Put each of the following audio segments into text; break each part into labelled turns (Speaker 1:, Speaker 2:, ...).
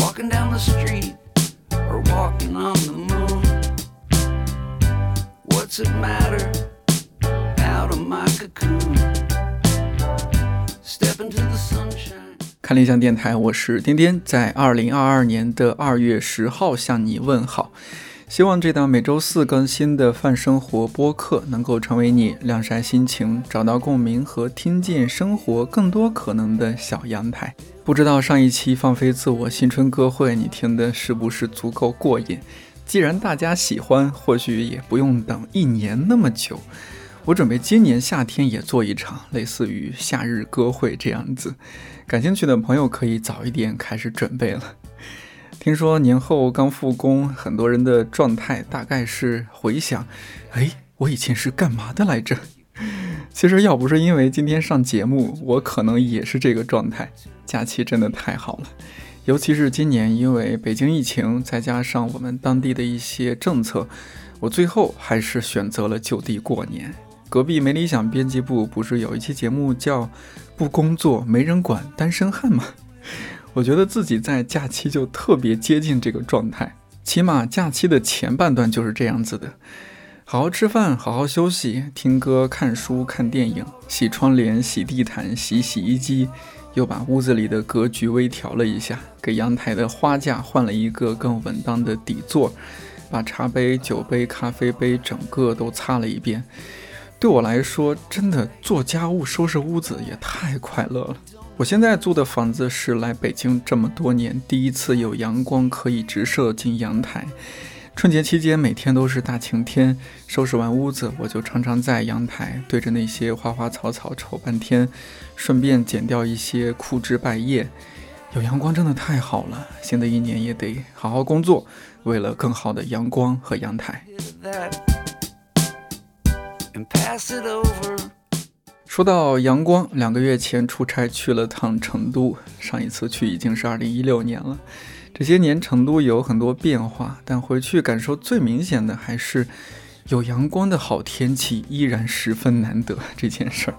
Speaker 1: walking down the street or walking on the moon. What's it matter? Out of my cocoon, step into the sunshine.
Speaker 2: 看理想电台，我是颠颠，在二零二二年的二月十号向你问好。希望这档每周四更新的泛生活播客能够成为你晾晒心情、找到共鸣和听见生活更多可能的小阳台。不知道上一期放飞自我新春歌会你听的是不是足够过瘾？既然大家喜欢，或许也不用等一年那么久。我准备今年夏天也做一场类似于夏日歌会这样子，感兴趣的朋友可以早一点开始准备了。 听说年后刚复工，很多人的状态大概是回想，哎，我以前是干嘛的来着？ 其实要不是因为今天上节目，我可能也是这个状态。假期真的太好了，尤其是今年因为北京疫情，再加上我们当地的一些政策，我最后还是选择了就地过年。隔壁没理想编辑部不是有一期节目叫《不工作没人管单身汉》吗？ 我觉得自己在假期就特别接近这个状态，起码假期的前半段就是这样子的。好好吃饭，好好休息，听歌、看书、看电影，洗窗帘、洗地毯、洗洗衣机，又把屋子里的格局微调了一下，给阳台的花架换了一个更稳当的底座，把茶杯、酒杯、咖啡杯整个都擦了一遍。对我来说，真的做家务、收拾屋子也太快乐了。我现在租的房子是来北京这么多年第一次有阳光可以直射进阳台。春节期间每天都是大晴天，收拾完屋子，我就常常在阳台对着那些花花草草瞅半天，顺便剪掉一些枯枝败叶。有阳光真的太好了，新的一年也得好好工作，为了更好的阳光和阳台。
Speaker 1: Hit of that and pass it over.
Speaker 2: 说到阳光，两个月前出差去了趟成都，上一次去已经是二零一六年了。这些年成都有很多变化，但回去感受最明显的还是有阳光的好天气依然十分难得这件事儿。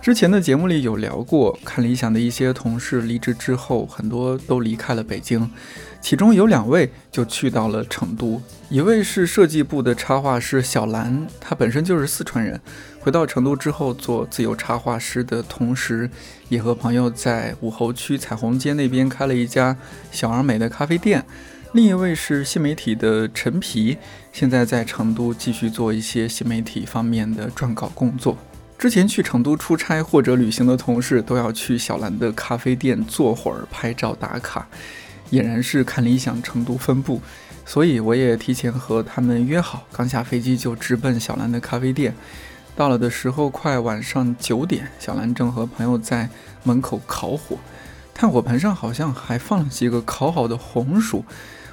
Speaker 2: 之前的节目里有聊过，看理想的一些同事离职之后，很多都离开了北京，其中有两位就去到了成都，一位是设计部的插画师小兰，她本身就是四川人，回到成都之后做自由插画师的同时，也和朋友在武侯区彩虹街那边开了一家小而美的咖啡店。另一位是新媒体的陈皮，现在在成都继续做一些新媒体方面的撰稿工作。之前去成都出差或者旅行的同事都要去小兰的咖啡店坐会儿拍照打卡，俨然是看理想成都分部，所以我也提前和他们约好，刚下飞机就直奔小兰的咖啡店。到了的时候快晚上九点，小兰正和朋友在门口烤火，炭火盆上好像还放了几个烤好的红薯。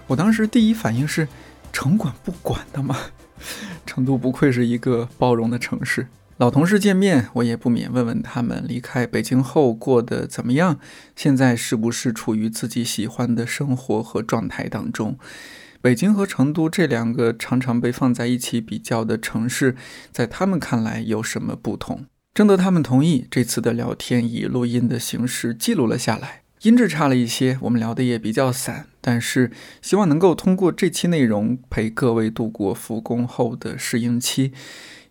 Speaker 2: 我当时第一反应是，城管不管的吗？ 成都不愧是一个包容的城市。老同事见面，我也不免问问他们离开北京后过得怎么样，现在是不是处于自己喜欢的生活和状态当中。北京和成都这两个常常被放在一起比较的城市，在他们看来有什么不同？征得他们同意，这次的聊天以录音的形式记录了下来。音质差了一些，我们聊的也比较散，但是希望能够通过这期内容陪各位度过复工后的适应期，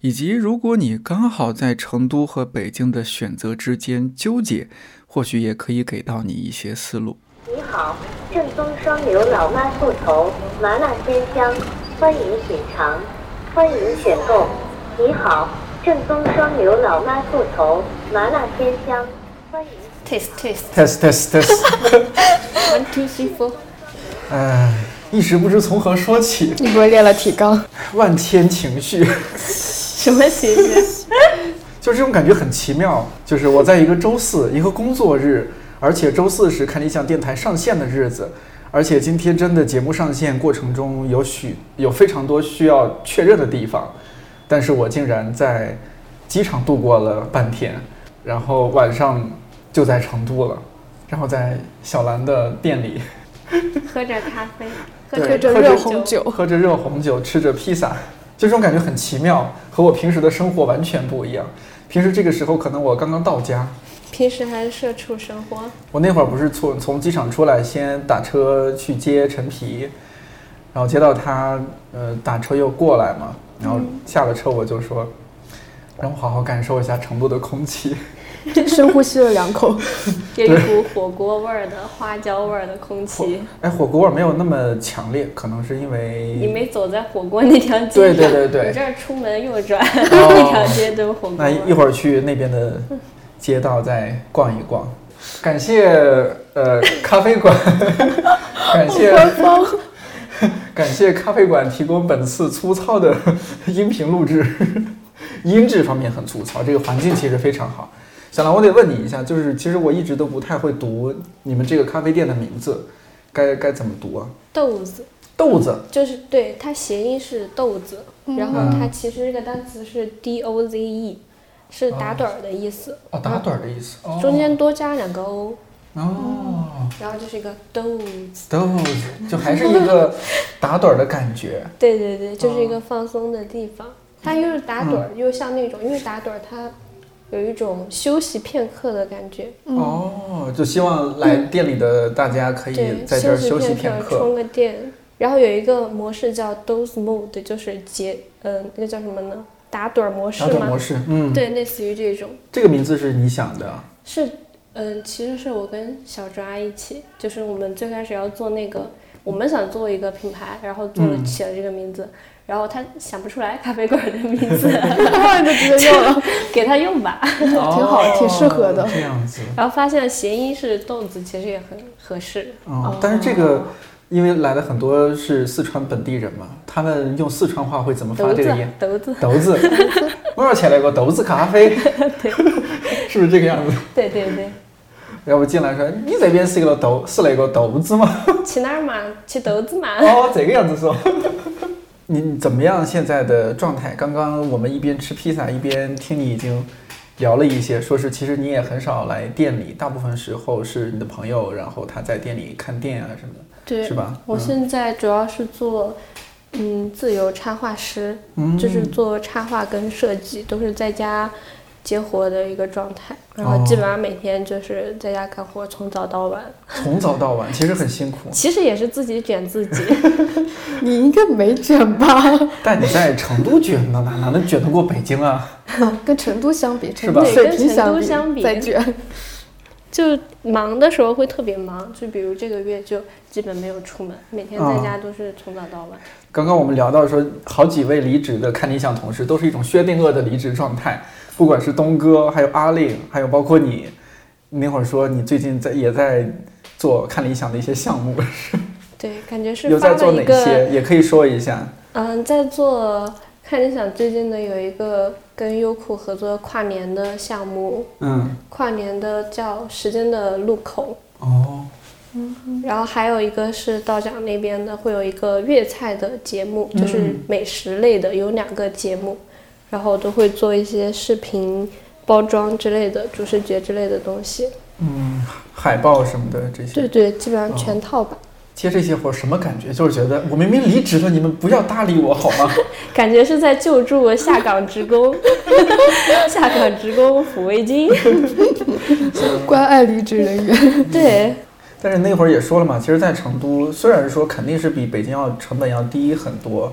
Speaker 2: 以及如果你刚好在成都和北京的选择之间纠结，或许也可以给到你一些思路。
Speaker 3: 你好，正宗双流老妈兔头麻辣鲜香，欢迎品尝，欢迎选购。你好，正宗双流老妈兔头麻辣鲜香，欢迎。
Speaker 4: test test
Speaker 5: test test test，
Speaker 4: one two three four。
Speaker 5: 哎，一时不知从何说起，
Speaker 6: 你不会练了提纲？
Speaker 5: 万千情绪，
Speaker 4: 什么形式？
Speaker 5: 就这种感觉很奇妙。就是我在一个周四，一个工作日，而且周四是看理想电台上线的日子，而且今天真的节目上线过程中有许有非常多需要确认的地方，但是我竟然在机场度过了半天，然后晚上就在成都了，然后在小兰的店里。
Speaker 4: 喝着咖啡，喝
Speaker 5: 对
Speaker 4: 着
Speaker 6: 喝着
Speaker 5: 喝着
Speaker 6: 热红酒，
Speaker 5: 喝着热红酒，吃着披萨，就这种感觉很奇妙，和我平时的生活完全不一样。平时这个时候，可能我刚刚到家，
Speaker 4: 平时还是社畜生活。
Speaker 2: 我那会儿不是从从机场出来，先打车去接陈皮，然后接到他，呃，打车又过来嘛，然后
Speaker 4: 嗯
Speaker 2: 下了车我就说，让我好好感受一下成都的空气。
Speaker 6: 深呼吸了两口，
Speaker 4: 有一股火锅味儿的、花椒味儿的空气。
Speaker 2: 哎，火锅味儿没有那么强烈，可能是因为
Speaker 4: 你没走在火锅那条街上，
Speaker 2: 对对对对
Speaker 4: 你这儿出门右转， 那条街都是火锅
Speaker 2: 那
Speaker 4: 味
Speaker 2: 一
Speaker 4: 儿。
Speaker 2: 会儿去那边的街道再逛一逛。感谢呃咖啡馆， 感谢 感谢咖啡馆提供本次粗糙的音频录制， 音质方面很粗糙，这个环境其实非常好。小兰，我得问你一下，就是其实我一直都不太会读你们这个咖啡店的名字，该该怎么读啊？
Speaker 4: 豆子
Speaker 2: 豆子
Speaker 4: 就是对它谐音是豆子，
Speaker 6: 嗯
Speaker 4: 然后它其实这个单词是 d o z e，是打盹儿的意思，
Speaker 2: 哦，打盹儿的意思。哦
Speaker 4: 中间多加两个 o，
Speaker 2: 哦，
Speaker 4: 然后就是一个豆子。
Speaker 2: 豆子就还是一个打盹儿的感觉。
Speaker 4: 对对对，就是
Speaker 2: 嗯
Speaker 4: 一个放松的地方。它又是打盹儿，又像那种，因为打盹儿它有一种休息片刻的感觉。
Speaker 2: 哦，就希望来店里的大家可以
Speaker 4: 对，
Speaker 2: 在这儿休息
Speaker 4: 息
Speaker 2: 片
Speaker 4: 刻，充
Speaker 2: 刻。
Speaker 4: 个电。然后有一个模式叫 doze mode，就是结，呃，那个叫什么呢？打盹儿模式
Speaker 2: 打盹
Speaker 4: 吗？
Speaker 2: 模式，嗯，
Speaker 4: 对，类似于这种。
Speaker 2: 这个名字是你想的啊，
Speaker 4: 是，嗯、其实是我跟小抓一起，就是我们最开始要做那个，我们想做一个品牌，然后做
Speaker 6: 嗯
Speaker 4: 了起了这个名字，然后他想不出来咖啡馆的名字，
Speaker 6: 然就直接用了，
Speaker 4: 给他用吧。
Speaker 2: 挺
Speaker 6: 挺好挺适合的
Speaker 2: 哦这样子，嗯
Speaker 4: 然后发现谐音是豆子，其实也很合适。
Speaker 2: 嗯，但是这个。因为来的很多是四川本地人嘛，他们用四川话会怎么发
Speaker 4: 豆
Speaker 2: 这
Speaker 4: 子
Speaker 2: 个
Speaker 4: 啊
Speaker 2: 音？，
Speaker 4: 豆子，
Speaker 2: 豆子，我要起来个豆子咖啡， 是不是这个样子？
Speaker 4: 对对对，
Speaker 2: 要不进来说你这边是一个豆，是那个豆子吗？
Speaker 4: 去哪儿嘛？去豆子 嘛？
Speaker 2: 哦，这个样子说。 你你怎么样？现在的状态？刚刚我们一边吃披萨一边听你已经聊了一些，说是其实你也很少来店里，大部分时候是你的朋友，然后他在店里看店啊什么的。
Speaker 4: 对，
Speaker 2: 是吧
Speaker 4: 我
Speaker 2: 嗯
Speaker 4: 现在主要是做，嗯，自由插画师，
Speaker 2: 嗯
Speaker 4: 就是做插画跟设计都是在家接活的一个状态，然
Speaker 2: 哦
Speaker 4: 后基本上每天就是在家干活，从早到晚，
Speaker 2: 从早到晚其实很辛苦，
Speaker 4: 其实也是自己卷自 己。
Speaker 6: 你应该没卷 吧？
Speaker 2: 但你在成都卷呢，哪哪能卷得过北京啊？
Speaker 6: 跟成都相比，
Speaker 2: 是
Speaker 6: 成
Speaker 2: 吧
Speaker 6: 都
Speaker 2: 对
Speaker 6: 水
Speaker 4: 跟
Speaker 6: 平
Speaker 4: 成
Speaker 6: 相
Speaker 4: 都
Speaker 6: 比，
Speaker 4: 相比
Speaker 6: 再卷，
Speaker 4: 就忙的时候会特别忙，就比如这个月就基本没有出门，每天在
Speaker 2: 哦
Speaker 4: 家都是从早到晚。
Speaker 2: 刚刚我们聊到说，好几位离职的看理想同事都是一种薛定谔的离职状态，不管是东哥，还有阿令，还有包括你，你那会儿说你最近在也在做看理想的一些项目，
Speaker 4: 对，感觉是
Speaker 2: 有
Speaker 4: 发
Speaker 2: 在做
Speaker 4: 了
Speaker 2: 哪
Speaker 4: 一个，
Speaker 2: 些？也可以说一下。
Speaker 4: 嗯，在做看理想最近的有一个跟优酷合作跨年的项目，
Speaker 2: 嗯，
Speaker 4: 跨年的叫《时间的路口
Speaker 2: 哦，》，
Speaker 4: 然后还有一个是道长那边的，会有一个粤菜的节目，
Speaker 2: 嗯
Speaker 4: 就是美食类的，有两个节目，然后都会做一些视频包装之类的、主视觉之类的东西。
Speaker 2: 嗯，海报什么的这
Speaker 4: 对
Speaker 2: 些，
Speaker 4: 对，基本上全套
Speaker 2: 哦
Speaker 4: 吧，
Speaker 2: 接这些活儿什么感觉？就是觉得我明明离职了，你们不要搭理我好吗？
Speaker 4: 感觉是在救助下岗职 工，下岗职工抚慰金。
Speaker 6: 关爱离职人员。
Speaker 4: 对，
Speaker 2: 但是那会儿也说了嘛，其实，在成都虽然说肯定是比北京要成本要低很多，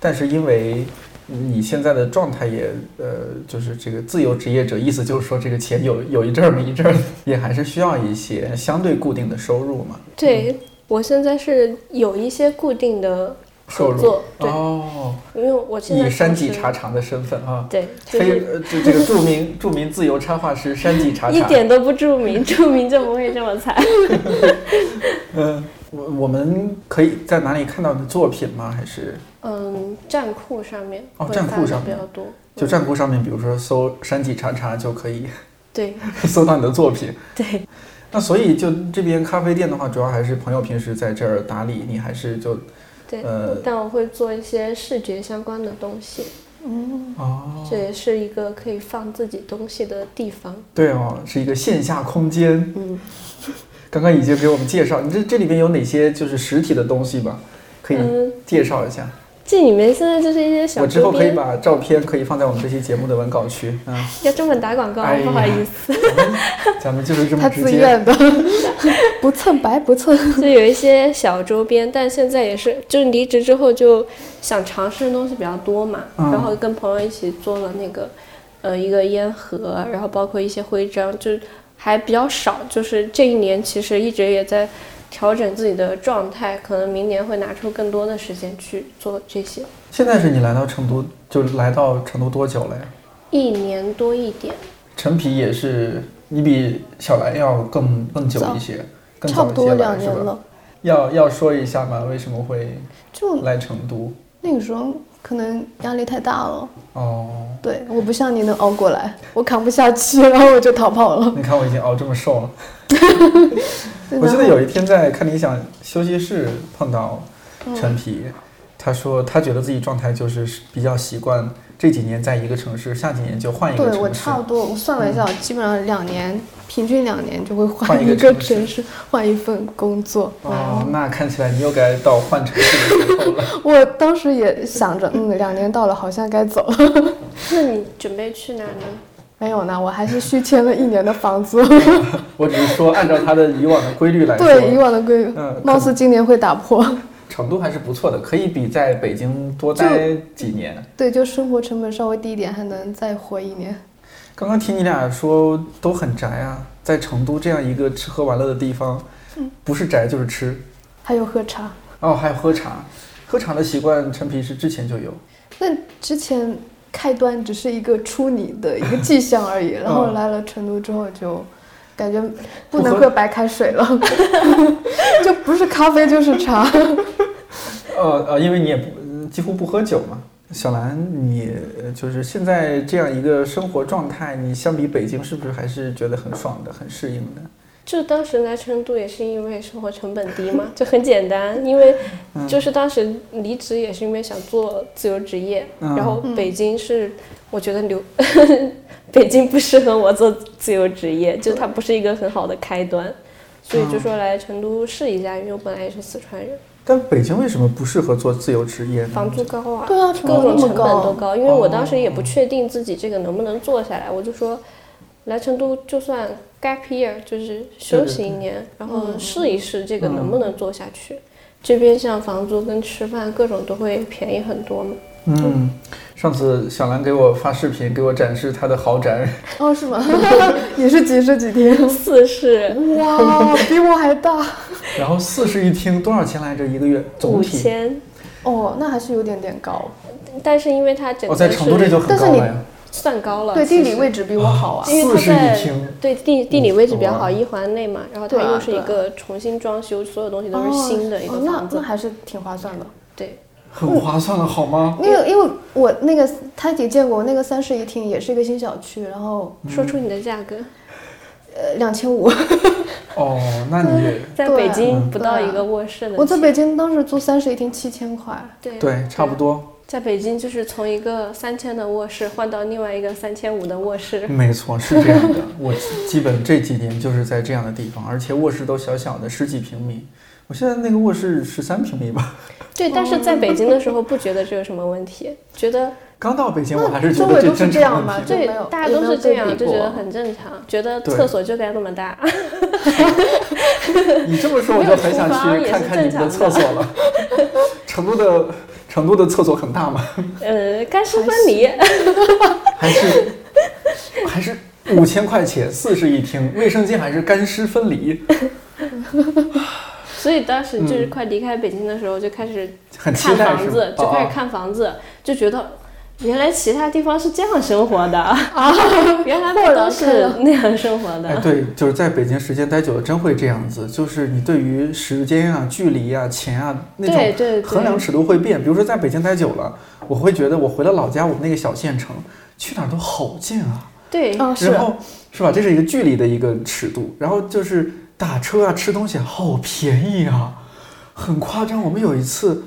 Speaker 2: 但是因为你现在的状态也呃，就是这个自由职业者，意思就是说这个钱有有一阵儿没一阵儿，也还是需要一些相对固定的收入嘛。
Speaker 4: 对我现在是有一些固定的
Speaker 2: 收
Speaker 4: 合
Speaker 2: 入
Speaker 4: 作，对，
Speaker 2: 哦，
Speaker 4: 因为我现在
Speaker 2: 以山脊
Speaker 4: 同时
Speaker 2: 茶茶的身份啊，
Speaker 4: 对，就
Speaker 2: 非
Speaker 4: 是
Speaker 2: 呃这这个著名著名自由插画师山脊茶茶，
Speaker 4: 一点都不著名，著名就不会这么惨。
Speaker 2: 嗯，我我们可以在哪里看到你的作品吗？还是？
Speaker 4: 嗯，站酷上面
Speaker 2: 哦
Speaker 4: 会
Speaker 2: 站
Speaker 4: 发
Speaker 2: 酷
Speaker 4: 的
Speaker 2: 上
Speaker 4: 比
Speaker 2: 面
Speaker 4: 较多，
Speaker 2: 就
Speaker 4: 嗯
Speaker 2: 站酷上面，比如说搜山脊茶茶就可以
Speaker 4: 对
Speaker 2: 搜到你的作品。
Speaker 4: 对
Speaker 2: 那所以就这边咖啡店的话，主要还是朋友平时在这儿打理，你还是就
Speaker 4: 对，
Speaker 2: 呃
Speaker 4: 但我会做一些视觉相关的东西，
Speaker 2: 哦，
Speaker 4: 这也是一个可以放自己东西的地方。
Speaker 2: 对哦，是一个线下空间。
Speaker 4: 嗯，
Speaker 2: 刚刚已经给我们介绍，你这这里边有哪些就是实体的东西吧？可以
Speaker 4: 嗯
Speaker 2: 介绍一下。
Speaker 4: 这里面现在就是一些小
Speaker 2: 我之后
Speaker 4: 周
Speaker 2: 可以
Speaker 4: 边，
Speaker 2: 把照片可以放在我们这期节目的文稿区啊、 嗯
Speaker 4: 要这么打广告，
Speaker 2: 哎呀
Speaker 4: 不好意思。
Speaker 2: 咱们就是这么
Speaker 6: 他
Speaker 2: 直
Speaker 6: 自
Speaker 2: 接。
Speaker 6: 愿的，不蹭白不蹭。
Speaker 4: 就有一些小周边，但现在也是，就离职之后就想尝试的东西比较多嘛，
Speaker 2: 嗯
Speaker 4: 然后跟朋友一起做了那个，呃，一个烟盒，然后包括一些徽章，就还比较少。就是这一年其实一直也在调整自己的状态，可能明年会拿出更多的时间去做这些。
Speaker 2: 现在是你来到成都，就来到成都多久了呀？
Speaker 4: 一年多一点，
Speaker 2: 陈皮也是，你比小兰要更更久一些，更
Speaker 6: 差
Speaker 2: 早
Speaker 6: 不
Speaker 2: 一
Speaker 6: 多
Speaker 2: 些
Speaker 6: 两
Speaker 2: 来是
Speaker 6: 年
Speaker 2: 吧？
Speaker 6: 了。
Speaker 2: 要要说一下吗？为什么会
Speaker 6: 就
Speaker 2: 来成都？
Speaker 6: 那个时候可能压力太大了，
Speaker 2: 哦，
Speaker 6: 对，我不像你能熬过来，我扛不下去，然后我就逃跑了。
Speaker 2: 你看我已经熬这么瘦了。
Speaker 6: 对
Speaker 2: 我记得
Speaker 6: 然后
Speaker 2: 有一天在看理想休息室碰到
Speaker 6: 嗯
Speaker 2: 陈皮，他说他觉得自己状态就是比较习惯这几年在一个城市，下几年就换一个城
Speaker 6: 对
Speaker 2: 市。
Speaker 6: 我差不多，我算了一下，我基本上两年，平均两年就会
Speaker 2: 嗯换
Speaker 6: 换
Speaker 2: 一个
Speaker 6: 一个
Speaker 2: 城市
Speaker 6: 城市，换一份工作。
Speaker 2: 哦，那看起来你又该到换城市的时候了。
Speaker 6: 我当时也想着，嗯，两年到了，好像该走了。
Speaker 4: 那你准备去哪呢？
Speaker 6: 没有呢，我还是续签了一年的房 租。
Speaker 2: 我只是说，按照他的以往的规律来说，
Speaker 6: 对以往的规律
Speaker 2: 嗯，
Speaker 6: 貌似今年会打破。
Speaker 2: 成都还是不错的，可以比在北京多待几年。
Speaker 6: 对，就生活成本稍微低一点，还能再活一年。
Speaker 2: 刚刚听你俩说都很宅啊，在成都这样一个吃喝玩乐的地方，
Speaker 4: 嗯
Speaker 2: 不是宅就是吃，
Speaker 6: 还有喝茶。
Speaker 2: 哦，还有喝茶。喝茶的习惯，陈皮是之前就有。
Speaker 6: 那之前开端只是一个出你的一个迹象而已，然后
Speaker 2: 嗯
Speaker 6: 来了成都之后就感觉不
Speaker 2: 不
Speaker 6: 能
Speaker 2: 喝
Speaker 6: 喝白开水 了，就不是咖啡就是茶。
Speaker 2: 呃呃，因为你也不嗯几乎不喝酒嘛。小兰，你呃就是现在这样一个生活状态，你相比北京是不是还是觉得很爽的、很适应的？
Speaker 4: 就当时来成都也是因为生活成本低嘛，就很简单，因为就是当时离职也是因为想做自由职业，
Speaker 2: 嗯
Speaker 4: 然后北京是我觉得留 北京不适合我做自由职业，就它不是一个很好的开端，所以就说来成都试一下，因为我本来也是四川人，
Speaker 2: 但北京为什么不适合做自由职业呢？
Speaker 4: 房租高啊，
Speaker 6: 对啊哦
Speaker 4: 各种成本
Speaker 6: 成
Speaker 4: 都
Speaker 6: 本
Speaker 4: 高，因为我当时也不确定自己这个能不能做下来，我就说来成都就算 gap year，就是休息一年，然
Speaker 6: 嗯
Speaker 4: 后试一试这个能不能做下去。这边像房租跟吃饭各种都会便宜很多嘛，
Speaker 2: 嗯，上次小兰给我发视频，给我展示她的豪宅，
Speaker 6: 哦，是吗？ 也是几十几天。
Speaker 4: 四是
Speaker 6: 哇， 比我还大
Speaker 2: 然后四室一厅多少钱来着？一个月总
Speaker 4: 五
Speaker 2: 体？
Speaker 4: 千，
Speaker 6: 哦，那还是有点点高。
Speaker 4: 但是因为它整
Speaker 2: 哦，
Speaker 4: 个
Speaker 2: 在
Speaker 4: 是
Speaker 2: 成都这就很
Speaker 6: 但是
Speaker 2: 高
Speaker 6: 你
Speaker 2: 了呀。
Speaker 4: 算高了，
Speaker 6: 对，地理
Speaker 4: 其实
Speaker 6: 位置比我好啊。
Speaker 4: 因为
Speaker 2: 四室
Speaker 4: 它
Speaker 2: 一
Speaker 4: 在
Speaker 2: 厅，
Speaker 4: 对地地理位置比较好，
Speaker 2: 哇
Speaker 4: 一环内嘛，然后
Speaker 6: 嗯对
Speaker 4: 它
Speaker 6: 啊
Speaker 4: 又是一
Speaker 6: 对啊
Speaker 4: 个重新装修，所有东西都是
Speaker 6: 哦
Speaker 4: 新的一
Speaker 6: 哦
Speaker 4: 个
Speaker 6: 那
Speaker 4: 房子
Speaker 6: 那，还是挺划算的。
Speaker 4: 对。
Speaker 2: 很划算了，好
Speaker 4: 嗯
Speaker 2: 吗？
Speaker 6: 因为因为我那个他也见过，我那个三室一厅也是一个新小区，然后
Speaker 4: 说出你的价格，
Speaker 6: 呃两千五。
Speaker 4: 嗯
Speaker 2: 哦，那你
Speaker 4: 在
Speaker 6: 对
Speaker 4: 北
Speaker 2: 嗯
Speaker 4: 京不到
Speaker 6: 对啊
Speaker 4: 一个卧室的钱，
Speaker 6: 我在北京当时租三室一厅七千块，
Speaker 4: 对
Speaker 2: 对差不多。
Speaker 4: 在北京就是从一个三千的卧室换到另外一个三千五的卧室，
Speaker 2: 没错，是这样的。我基本这几年就是在这样的地方，而且卧室都小小的，十几平米。我现在那个卧室十三平米吧。
Speaker 4: 对，但是在北京的时候不觉得这有什么问题，觉得
Speaker 2: 刚到北京，我还是觉
Speaker 6: 周
Speaker 2: 得
Speaker 6: 围
Speaker 2: 这
Speaker 6: 都是
Speaker 2: 正
Speaker 6: 这样
Speaker 2: 常
Speaker 6: 嘛
Speaker 2: 问，题。
Speaker 6: 就没
Speaker 4: 对
Speaker 6: 有，
Speaker 4: 大家都是这样，就觉得。
Speaker 6: 也没有对比过
Speaker 4: 很正常，觉得
Speaker 2: 对
Speaker 4: 厕所就该那么 大，
Speaker 2: 你这么说，我就很想
Speaker 4: 没有厨房也
Speaker 2: 去
Speaker 4: 是
Speaker 2: 看看你们的
Speaker 4: 正常
Speaker 2: 厕
Speaker 4: 的
Speaker 2: 所了。 成都的成都的厕所很大吗？
Speaker 4: 呃，干湿分离，
Speaker 2: 还是还是五千块钱四室一厅，卫生间还是干湿分离，
Speaker 4: 所以当时就是快离开北京的时候就开始
Speaker 2: 嗯很期
Speaker 4: 看
Speaker 2: 待
Speaker 4: 房
Speaker 2: 是
Speaker 4: 子
Speaker 2: 吧？，
Speaker 4: 就开
Speaker 2: 哦
Speaker 4: 始看房子，就觉得。原来其他地方是这样生活的啊！
Speaker 6: 哦
Speaker 4: 原来不都是那样生活的
Speaker 2: 哎，。对，就是在北京时间待久了，真会这样子。就是你对于时间啊、距离啊、钱啊那
Speaker 4: 对对对
Speaker 2: 种衡量尺度会变。比如说在北京待久了，我会觉得我回了老家，我们那个小县城，去哪儿都好近啊。
Speaker 4: 对，
Speaker 6: 啊是
Speaker 2: 然后是吧？这是一个距离的一个尺度。然后就是打车啊、吃东西好便宜啊，很夸张。我们有一次。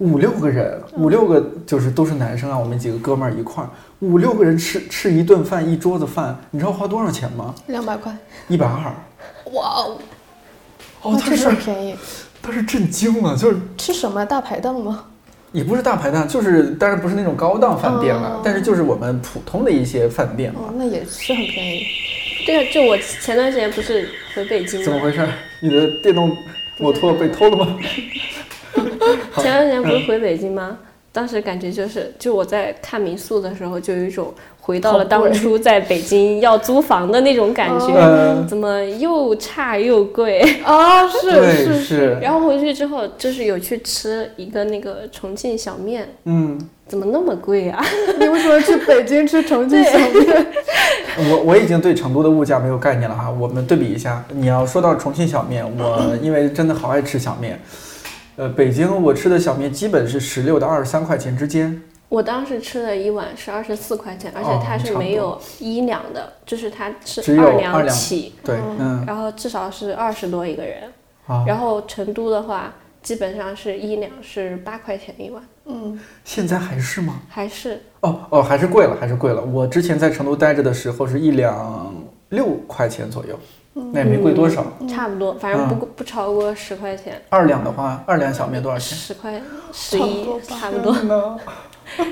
Speaker 2: 五六个人，五六个就是都是男生啊，我们几个哥们儿一块儿，五六个人吃吃一顿饭，一桌子饭，你知道花多少钱吗？
Speaker 6: 两百块，
Speaker 2: 一百二。
Speaker 6: 哇哦，
Speaker 2: 哦，
Speaker 6: 那
Speaker 2: 他
Speaker 6: 确实
Speaker 2: 是
Speaker 6: 很便宜。
Speaker 2: 他是震惊了，就是
Speaker 6: 吃什么大排档吗？
Speaker 2: 也不是大排档，就是当然不是那种高档饭店了，
Speaker 6: 哦
Speaker 2: 但是就是我们普通的一些饭店嘛。
Speaker 6: 哦，那也是很 便宜。
Speaker 4: 对啊，就我前段时间不是回北京
Speaker 2: 怎么
Speaker 4: 吗？
Speaker 2: 回事？你的电动摩托被偷了吗？
Speaker 4: 前段时间
Speaker 2: 嗯
Speaker 4: 不是回北京吗？当时感觉就是，就我在看民宿的时候，就有一种回到了
Speaker 6: 好贵
Speaker 4: 当初在北京要租房的那种感觉，
Speaker 6: 嗯
Speaker 2: 呃，
Speaker 4: 怎么又差又贵？
Speaker 6: 啊，是
Speaker 2: 对，
Speaker 6: 是，
Speaker 2: 是，
Speaker 4: 然后回去之后，就是有去吃一个那个重庆小面，
Speaker 2: 嗯，
Speaker 4: 怎么那么贵啊呀、
Speaker 6: 你为什么去北京吃重庆小面？
Speaker 2: 我我已经对成都的物价没有概念了哈。我们对比一下，你要说到重庆小面， 我因为真的好爱吃小面，呃，北京我吃的小面基本是十六到二十三块钱之间。
Speaker 4: 我当时吃了一碗是二十四块钱，而且
Speaker 2: 哦
Speaker 4: 它是
Speaker 2: 差不
Speaker 4: 没
Speaker 2: 多
Speaker 4: 有一两的，就是它是
Speaker 2: 只有二
Speaker 4: 两
Speaker 2: 两
Speaker 4: 起，
Speaker 2: 对，嗯，
Speaker 4: 然后至少是二十多一个人。
Speaker 2: 啊，
Speaker 4: 然后成都的话，基本上是一两是八块钱一碗，
Speaker 6: 嗯，
Speaker 2: 现在还是吗？
Speaker 4: 还是
Speaker 2: 哦哦，还是贵了，还是贵了。我之前在成都待着的时候是一两六块钱左右，
Speaker 4: 嗯
Speaker 2: 那也没贵多少。
Speaker 6: 嗯
Speaker 4: 差不多，反正不过、不超过十块钱，
Speaker 2: 二两的话，二两小面嗯多少钱？
Speaker 4: 十 块十
Speaker 6: 差不
Speaker 4: 一
Speaker 6: 多吧
Speaker 4: 差不多，
Speaker 2: 呢，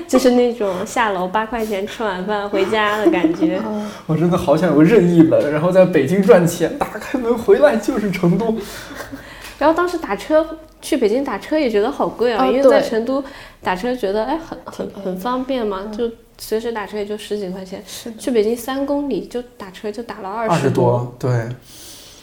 Speaker 4: 就是那种下楼八块钱吃晚饭回家的感觉。
Speaker 6: 嗯
Speaker 2: 我真的好想有任意门，然后在北京赚钱，打开门回来就是成都。
Speaker 4: 然后当时打车去北京打车也觉得好贵啊，
Speaker 6: 啊
Speaker 4: 因为在
Speaker 6: 对
Speaker 4: 成都打车觉得哎很很很方便
Speaker 6: 嗯
Speaker 4: 嘛，就随时打车也就十几块钱。
Speaker 6: 是的，
Speaker 4: 去北京三公里就打车就打了二
Speaker 2: 二十
Speaker 4: 十
Speaker 2: 多，对。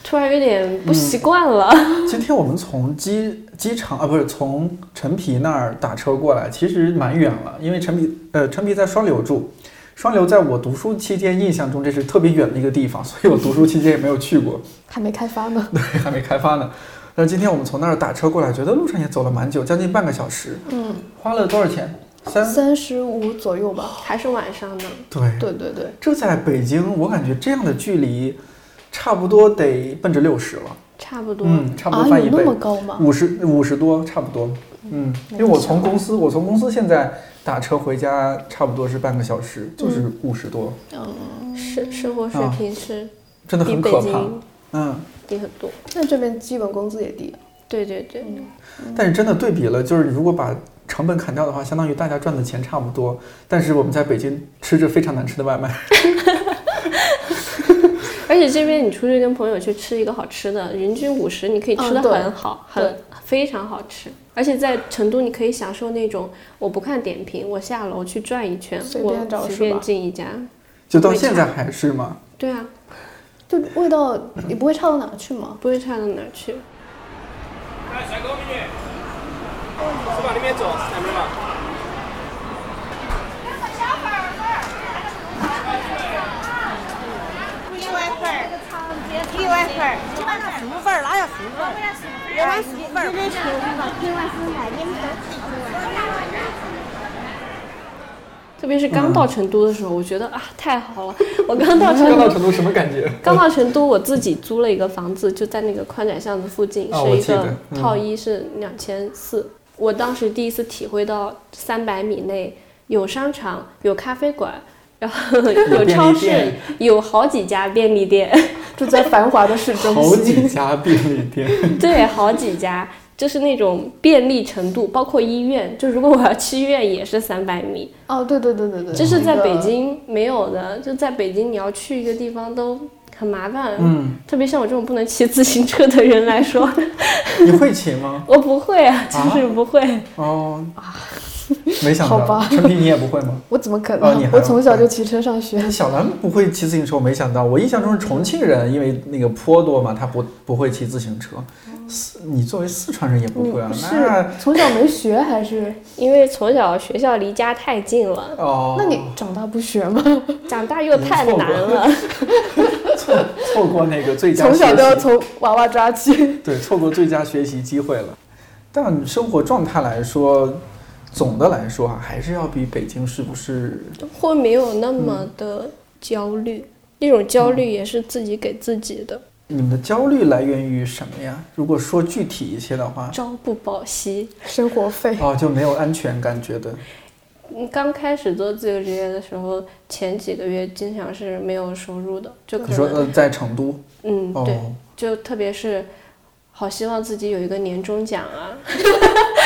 Speaker 4: 突然有点不习惯
Speaker 2: 嗯
Speaker 4: 了。
Speaker 2: 今天我们从机机场啊，不是从陈皮那儿打车过来，其实蛮远了，因为陈皮呃，陈皮在双流住，双流在我读书期间印象中这是特别远的一个地方，所以我读书期间也没有去过，
Speaker 6: 还没开发呢。
Speaker 2: 对，还没开发呢。但是今天我们从那儿打车过来，觉得路上也走了蛮久，将近半个小时，
Speaker 6: 嗯，
Speaker 2: 花了多少钱？三
Speaker 6: 三十五左右吧。
Speaker 4: 还是晚上呢，
Speaker 2: 对，
Speaker 6: 对对对，
Speaker 2: 这在北京，我感觉这样的距离，差不多得奔着六十了，
Speaker 4: 差不多。
Speaker 2: 嗯，差不多
Speaker 6: 啊，
Speaker 2: 翻
Speaker 6: 有
Speaker 2: 一
Speaker 6: 那
Speaker 2: 倍。嗯
Speaker 6: 么高吗？
Speaker 2: 五十五十多，差不多。嗯，因为我从公司，我从公司现在打车回家，差不多是半个小时，就是五十多，
Speaker 4: 生生活水
Speaker 2: 啊
Speaker 4: 平是
Speaker 2: 真的
Speaker 4: 比
Speaker 2: 很
Speaker 4: 北
Speaker 2: 可怕。
Speaker 4: 京
Speaker 2: 嗯，
Speaker 4: 低很多。
Speaker 6: 那这边基本工资也低。
Speaker 4: 对对对，
Speaker 6: 嗯
Speaker 2: 但是真的对比了，就是你如果把成本砍掉的话，相当于大家赚的钱差不多，但是我们在北京吃着非常难吃的外卖，
Speaker 4: 而且这边你出去跟朋友去吃一个好吃的，人均五十，你可以吃的
Speaker 6: 嗯对
Speaker 4: 很好，很非常好吃。而且在成都，你可以享受那种我不看点评，我下楼去转一圈，
Speaker 6: 随便找
Speaker 4: 我随
Speaker 6: 是吧
Speaker 4: 便进一家。
Speaker 2: 就到现在还是 嘛。
Speaker 4: 对啊，
Speaker 6: 就味道也不会差到哪去嘛。
Speaker 4: 不会差到哪儿去。
Speaker 7: 哎，帅哥美女，是往里面坐，是那边嘛？
Speaker 8: 一碗粉儿，一碗粉儿，一碗十五份儿，哪有十五份儿？一碗十五份儿。一碗十五份儿，你们都吃一碗。
Speaker 4: 特别是
Speaker 2: 嗯
Speaker 4: 刚到成都的时候，我觉得啊太好了！我刚到成
Speaker 2: 刚到
Speaker 4: 都，
Speaker 2: 成都什么感觉？
Speaker 4: 刚到成都，我自己租了一个房子，就在那个宽窄巷子附近，
Speaker 2: 啊
Speaker 4: 是
Speaker 2: 我
Speaker 4: 一
Speaker 2: 记得
Speaker 4: 个
Speaker 2: 嗯
Speaker 4: 套一是两千四。我当时第一次体会到三百米内有商场、有咖啡馆，然后有
Speaker 2: 便利
Speaker 4: 超市
Speaker 2: 店，
Speaker 4: 有好几家便利店，
Speaker 6: 住在繁华的市 中
Speaker 2: 好几
Speaker 6: 心，
Speaker 2: 家便利 店，
Speaker 4: 对，好几家，就是那种便利程度，包括医院，就如果我要去医院也是三百米，
Speaker 6: 哦，对对对对对，
Speaker 4: 这是
Speaker 2: 嗯
Speaker 4: 在北
Speaker 6: 那个
Speaker 4: 京没有的，就在北京你要去一个地方都很麻烦，
Speaker 2: 嗯，
Speaker 4: 特别像我这种不能骑自行车的人来 说，
Speaker 2: 你会骑吗？
Speaker 4: 我不会啊，就是不会。
Speaker 2: 哦，没想
Speaker 6: 好
Speaker 2: 到，
Speaker 6: 吧
Speaker 2: 陈皮你也不会吗？
Speaker 6: 我怎么可
Speaker 2: 哦你啊
Speaker 6: 能？
Speaker 2: 还
Speaker 6: 我从小就骑车上学。
Speaker 2: 小兰不会骑自行车，我没想到。我印象中是重庆人，因为那个坡多嘛，他不不会骑自行车。四，你作为四川人也不会啊？那
Speaker 6: 哦嗯是从小没学还是？
Speaker 4: 因为从小学校离家太近了，
Speaker 2: 哦，
Speaker 6: 那你长大不学吗？
Speaker 4: 长大又太难了。
Speaker 2: 错错过那个最佳
Speaker 6: 从
Speaker 2: 学习，
Speaker 6: 小就要从娃娃抓起。
Speaker 2: 对错过最佳学习机会了。但生活状态来说，总的来说啊，还是要比北京是不是？
Speaker 4: 会没有那
Speaker 2: 嗯
Speaker 4: 么的焦虑，那种焦虑也是自己给自己的。
Speaker 2: 你们的焦虑来源于什么呀？如果说具体一些的话，
Speaker 4: 朝不保夕。
Speaker 6: 生活费
Speaker 2: 哦，就没有安全感觉的。
Speaker 4: 嗯，刚开始做自由职业的时候，前几个月经常是没有收入的，就可
Speaker 2: 你说
Speaker 4: 能
Speaker 2: 呃，在成都
Speaker 4: 嗯
Speaker 2: 哦
Speaker 4: 对，就特别是好希望自己有一个年终奖啊，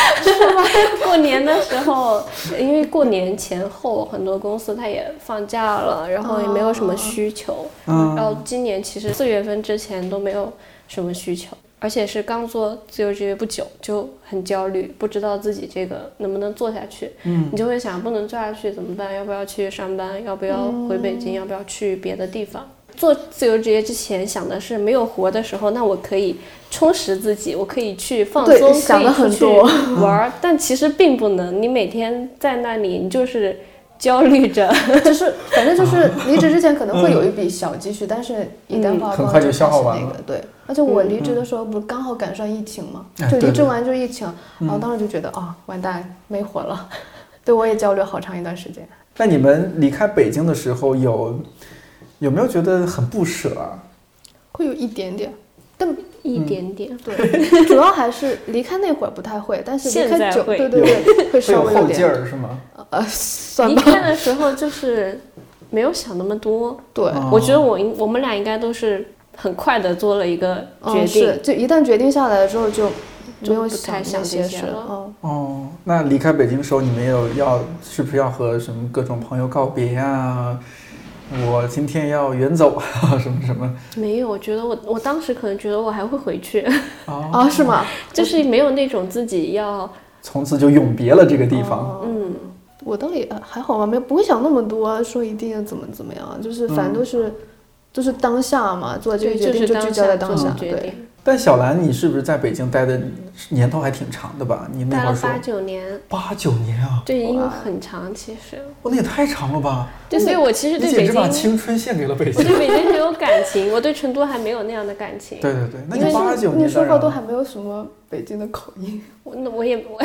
Speaker 4: 过年的时候，因为过年前后很多公司它也放假了，然后也没有什么需求，
Speaker 2: 嗯
Speaker 4: 然后今年其实四月份之前都没有什么需求，而且是刚做自由职业不久就很焦虑，不知道自己这个能不能做下去，
Speaker 2: 嗯
Speaker 4: 你就会想不能做下去怎么办？要不要去上班？要不要回北
Speaker 6: 嗯
Speaker 4: 京？要不要去别的地方？做自由职业之前想的是没有活的时候，那我可以充实自己，我可以去放
Speaker 6: 对
Speaker 4: 松，
Speaker 6: 想得很多
Speaker 4: 可以出去玩 儿，但其实并不能。你每天在那里，你就是焦虑着，
Speaker 6: 就是反正
Speaker 4: 啊
Speaker 6: 就是离职之前可能会有一
Speaker 4: 嗯
Speaker 6: 笔小积蓄，但是一旦
Speaker 2: 嗯
Speaker 6: 花
Speaker 2: 很
Speaker 6: 光
Speaker 2: 快就
Speaker 6: 就
Speaker 2: 消耗
Speaker 6: 开始
Speaker 2: 完
Speaker 6: 那
Speaker 2: 了
Speaker 6: 个对。而且
Speaker 4: 嗯
Speaker 6: 我离职的时候不是刚好赶上疫情嘛，
Speaker 2: 哎
Speaker 6: 就
Speaker 2: 对
Speaker 6: 离职
Speaker 2: 对
Speaker 6: 完就疫情，
Speaker 4: 嗯
Speaker 6: 然后当时就觉得啊完蛋没活了， 对我也焦虑好长一段时间。
Speaker 2: 那你们离开北京的时候有有没有觉得很不舍啊？
Speaker 6: 会有一 点点，
Speaker 4: 一点点。
Speaker 6: 嗯对，主要还是离开那会儿不太会，但是离
Speaker 4: 现在
Speaker 6: 开久，
Speaker 4: 会
Speaker 6: 对对对，会
Speaker 2: 会
Speaker 6: 稍
Speaker 2: 有
Speaker 6: 微有
Speaker 2: 后劲
Speaker 6: 点，
Speaker 2: 儿是吗？
Speaker 6: 呃，算
Speaker 4: 离
Speaker 6: 吧，
Speaker 4: 开的时候就是没有想那么多，
Speaker 6: 对，
Speaker 2: 哦
Speaker 4: 我觉得我应我们俩应该都是很快的做了一个决
Speaker 6: 嗯
Speaker 4: 定，
Speaker 6: 是，就一旦决定下来了之后就没有
Speaker 4: 不太想
Speaker 6: 想
Speaker 4: 这
Speaker 6: 那些
Speaker 4: 些
Speaker 6: 事
Speaker 4: 了
Speaker 6: 了，嗯，
Speaker 2: 哦，那离开北京的时候，你们有要是不是要和什么各种朋友告别啊？我今天要远走啊，什么什么？
Speaker 4: 没有。我觉得我我当时可能觉得我还会回去，
Speaker 2: 哦，
Speaker 6: 啊，是吗？
Speaker 4: 就是没有那种自己要
Speaker 2: 从此就永别了这个地方。
Speaker 6: 嗯。
Speaker 4: 嗯
Speaker 6: 我倒也呃还好吧，没有不会想那么多，啊说一定要怎么怎么样，啊就是反正都是，就是当下嘛，做这个
Speaker 4: 对，就
Speaker 6: 决定
Speaker 4: 是
Speaker 6: 嗯就聚焦在
Speaker 4: 当
Speaker 6: 当
Speaker 4: 做
Speaker 6: 下，
Speaker 4: 的决
Speaker 6: 对，
Speaker 4: 定。
Speaker 2: 但小兰，你是不是在北京待的年头还挺长的吧？你那
Speaker 4: 待
Speaker 2: 会儿
Speaker 4: 了
Speaker 2: 说
Speaker 4: 八九年，
Speaker 2: 八九年啊，哦
Speaker 4: 对，因为很长，其实，
Speaker 2: 哇，那也太长了吧！
Speaker 4: 对，所以我其实
Speaker 2: 你
Speaker 4: 对
Speaker 2: 简
Speaker 4: 北
Speaker 2: 直把
Speaker 4: 京，
Speaker 2: 青春献给了北
Speaker 4: 我
Speaker 2: 京。
Speaker 4: 对北京很有感情，我对成都还没有那样的感情。
Speaker 2: 对对对，那
Speaker 6: 因为
Speaker 2: 你八九年啊
Speaker 6: 你说
Speaker 2: 当然
Speaker 6: 话都还没有什么北京的口音，
Speaker 4: 我那我也 我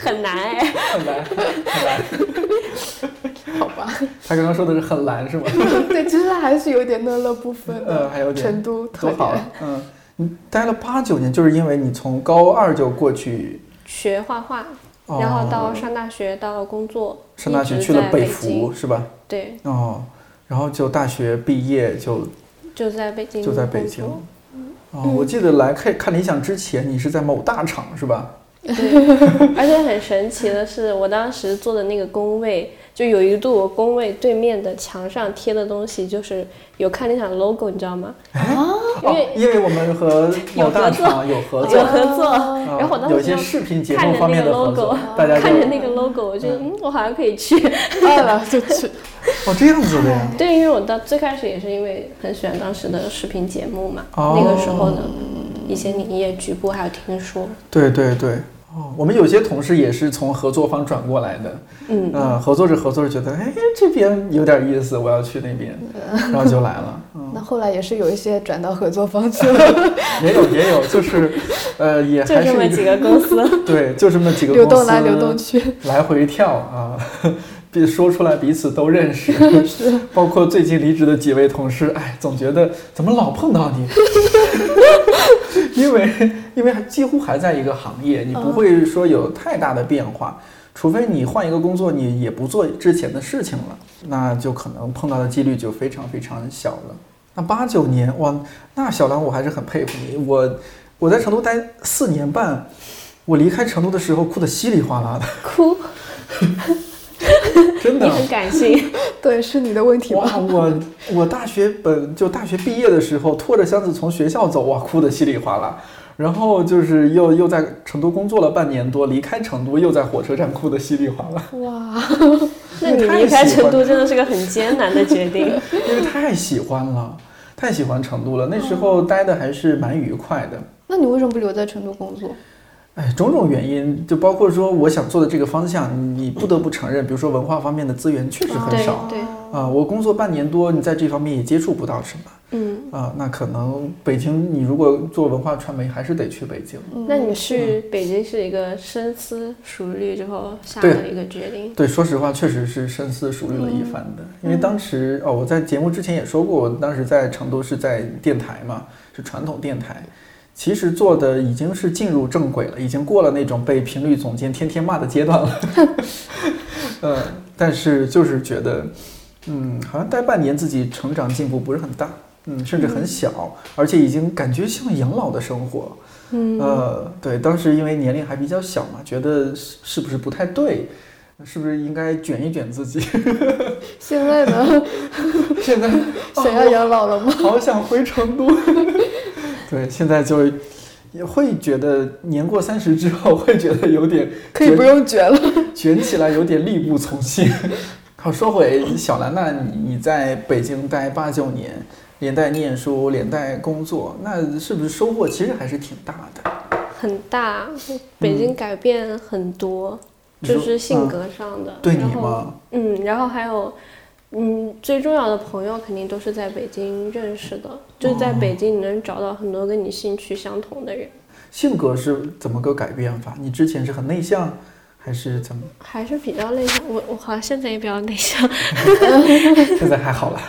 Speaker 4: 很难哎，
Speaker 2: 很难，很难。
Speaker 6: 好吧？
Speaker 2: 他刚刚说的是很难是吗？
Speaker 6: 对，其实还是有点乐乐不分
Speaker 2: 呃，
Speaker 6: 的，
Speaker 2: 还有点
Speaker 6: 成都特
Speaker 2: 多好
Speaker 6: 点
Speaker 2: 啊。，嗯，你待了八九年，就是因为你从高二就过去，
Speaker 4: 学画画，
Speaker 2: 哦、
Speaker 4: 然后到上大学到工作，
Speaker 2: 上大
Speaker 4: 一
Speaker 2: 学
Speaker 4: 直
Speaker 2: 去了
Speaker 4: 在
Speaker 2: 北
Speaker 4: 北
Speaker 2: 服
Speaker 4: 京，
Speaker 2: 是吧？
Speaker 4: 对，
Speaker 2: 哦，然后就大学毕业就
Speaker 4: 就在北京，
Speaker 2: 就在北京。。哦，我记得来看看理想之前，你是在某大厂是吧？
Speaker 4: 而且很神奇的是，我当时做的那个工位，就有一度我工位对面的墙上贴的东西，就是有看理想 logo，你知道吗？因
Speaker 2: 哦
Speaker 4: 为，
Speaker 2: 因为我们和某大厂有合
Speaker 4: 有
Speaker 2: 作，
Speaker 4: 合作，
Speaker 2: 嗯
Speaker 4: 然后我当
Speaker 2: 有
Speaker 4: 时
Speaker 2: 一些
Speaker 4: 就
Speaker 2: 视频节
Speaker 4: 看
Speaker 2: 目
Speaker 4: 着
Speaker 2: 方面
Speaker 4: 那个
Speaker 2: 的合作
Speaker 4: logo，，
Speaker 2: 大家就
Speaker 4: 看着那个 logo，我觉得嗯，我好像可以去。
Speaker 6: 饿 了就去，
Speaker 2: 哦这样子的呀。
Speaker 4: 对，因为我到最开始也是因为很喜欢当时的视频节目嘛，
Speaker 2: 哦
Speaker 4: 那个时候的一些营业局部还有听说，
Speaker 2: 对对对，哦，我们有些同事也是从合作方转过来的，
Speaker 4: 嗯
Speaker 2: 呃合作着合作着觉得，哎，这边有点意思，我要去那边，然后就来了。嗯，
Speaker 6: 那后来也是有一些转到合作方去了，
Speaker 2: 也有也有，就是，呃，也
Speaker 4: 就
Speaker 2: 还
Speaker 4: 这
Speaker 2: 是
Speaker 4: 么
Speaker 2: 一
Speaker 4: 几
Speaker 2: 个
Speaker 4: 个公 司。
Speaker 2: 对，就这么几个
Speaker 6: 流
Speaker 2: 公
Speaker 6: 动
Speaker 2: 司
Speaker 6: 来流动去，
Speaker 2: 来回跳啊， 别说出来彼此都认 识，包括最近离职的几位同事，哎，总觉得怎么老碰到你， 因为因为还几乎还在一个行业，你
Speaker 6: 嗯
Speaker 2: 不会说有太大的变化。除非你换一个工作，你也不做之前的事情了，那就可能碰到的几率就非常非常小了。那八九年，哇，那小兰我还是很佩服你。我我在成都待四年半，我离开成都的时候哭得稀里哗啦的，
Speaker 4: 哭，
Speaker 2: 真的 啊
Speaker 4: 你。很感性，
Speaker 6: 对，是你的问题吧？
Speaker 2: 哇，我我大学本就大学毕业的时候，拖着箱子从学校走，哇，哭得稀里哗啦。然后就是又又在成都工作了半年多，离开成都又在火车站哭得稀里哗啦，
Speaker 6: 哇，
Speaker 4: 那你
Speaker 2: 太
Speaker 4: 离开
Speaker 2: 喜欢
Speaker 4: 成都真的是个很艰难的决 定。
Speaker 2: 因为太喜欢了，太喜欢成都了。那时
Speaker 4: 嗯
Speaker 2: 候待的还是蛮愉快的。
Speaker 6: 那你为什么不留在成都工作？
Speaker 2: 哎，种种原因，就包括说我想做的这个方向，你不得不承认，比如说文化方面的资源确实很
Speaker 4: 哦对
Speaker 2: 少啊、
Speaker 4: 对，
Speaker 2: 我工作半年多，你在这方面也接触不到什么
Speaker 4: 嗯，
Speaker 2: 啊、那可能北京，你如果做文化传媒，还是得去北京。
Speaker 4: 那你去北京是一个深思熟虑之后下
Speaker 2: 对
Speaker 4: 的一个决定。
Speaker 2: 对，说实话，确实是深思熟虑了一番的。因为当时哦，我在节目之前也说过，我当时在成都是在电台嘛，是传统电台，其实做的已经是进入正轨了，已经过了那种被频率总监天天骂的阶段了。 呃，但是就是觉得，嗯，好像待半年自己成长进步不是很大，嗯，甚至很小，而且已经感觉像养老的生活。嗯，呃，对，当时因为年龄还比较小嘛，觉得是是不是不太对，是不是应该卷一卷自己？
Speaker 6: 现在呢，
Speaker 2: 现 在哦
Speaker 6: 谁要养老了吗？
Speaker 2: 好想回成都。 对，现在就也会觉得年过三十之后会觉得有点
Speaker 6: 可以不用卷了。
Speaker 2: 卷起来有点力不从心。 好，说回小兰娜，你你在北京待八九年，连带念书，连带工作，那是不是收获其实还是挺大的？
Speaker 4: 很大，北京改变很多，
Speaker 2: 你
Speaker 4: 就
Speaker 2: 说
Speaker 4: 是性
Speaker 2: 嗯
Speaker 4: 格上的。
Speaker 2: 对你
Speaker 4: 然后
Speaker 2: 吗？
Speaker 4: 嗯，然后还有，嗯，最重要的朋友肯定都是在北京认识的，
Speaker 2: 哦
Speaker 4: 就是在北京你能找到很多跟你兴趣相同的人，
Speaker 2: 性格是怎么个改变法？你之前是很内向，还是怎么？
Speaker 4: 还是比较内向。我我好像现在也比较内向，
Speaker 2: 现在还好了。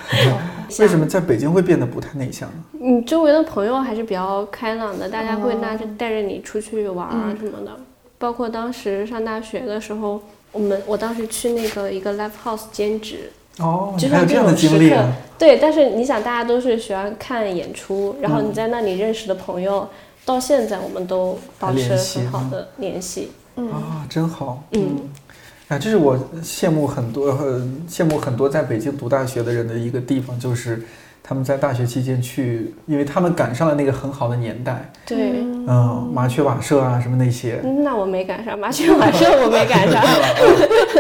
Speaker 2: 为什么在北京会变得不太内向呢？
Speaker 4: 你周围的朋友还是比较开朗的，大家会拉着带着你出去玩啊什么的。包括当时上大学的时候，我们我当时去那个一个 live house 兼职，
Speaker 2: 哦，你
Speaker 4: 就
Speaker 2: 还有
Speaker 4: 像
Speaker 2: 这
Speaker 4: 这
Speaker 2: 样的
Speaker 4: 种时
Speaker 2: 经历
Speaker 4: 刻
Speaker 2: 啊？，
Speaker 4: 对。但是你想，大家都是喜欢看演出，然后
Speaker 2: 嗯
Speaker 4: 你在那里认识的朋友，到现在我们都保
Speaker 2: 还
Speaker 4: 持
Speaker 2: 联系
Speaker 4: 很好的联系。
Speaker 2: 啊，真好。
Speaker 4: 嗯，
Speaker 2: 啊，这是我羡慕很多、呃羡慕很多在北京读大学的人的一个地方，就是他们在大学期间去，因为他们赶上了那个很好的年代，
Speaker 4: 对。嗯
Speaker 2: 嗯、麻雀瓦舍啊什么那些，
Speaker 4: 那我没赶上麻雀晚上我没 赶上，
Speaker 2: 啊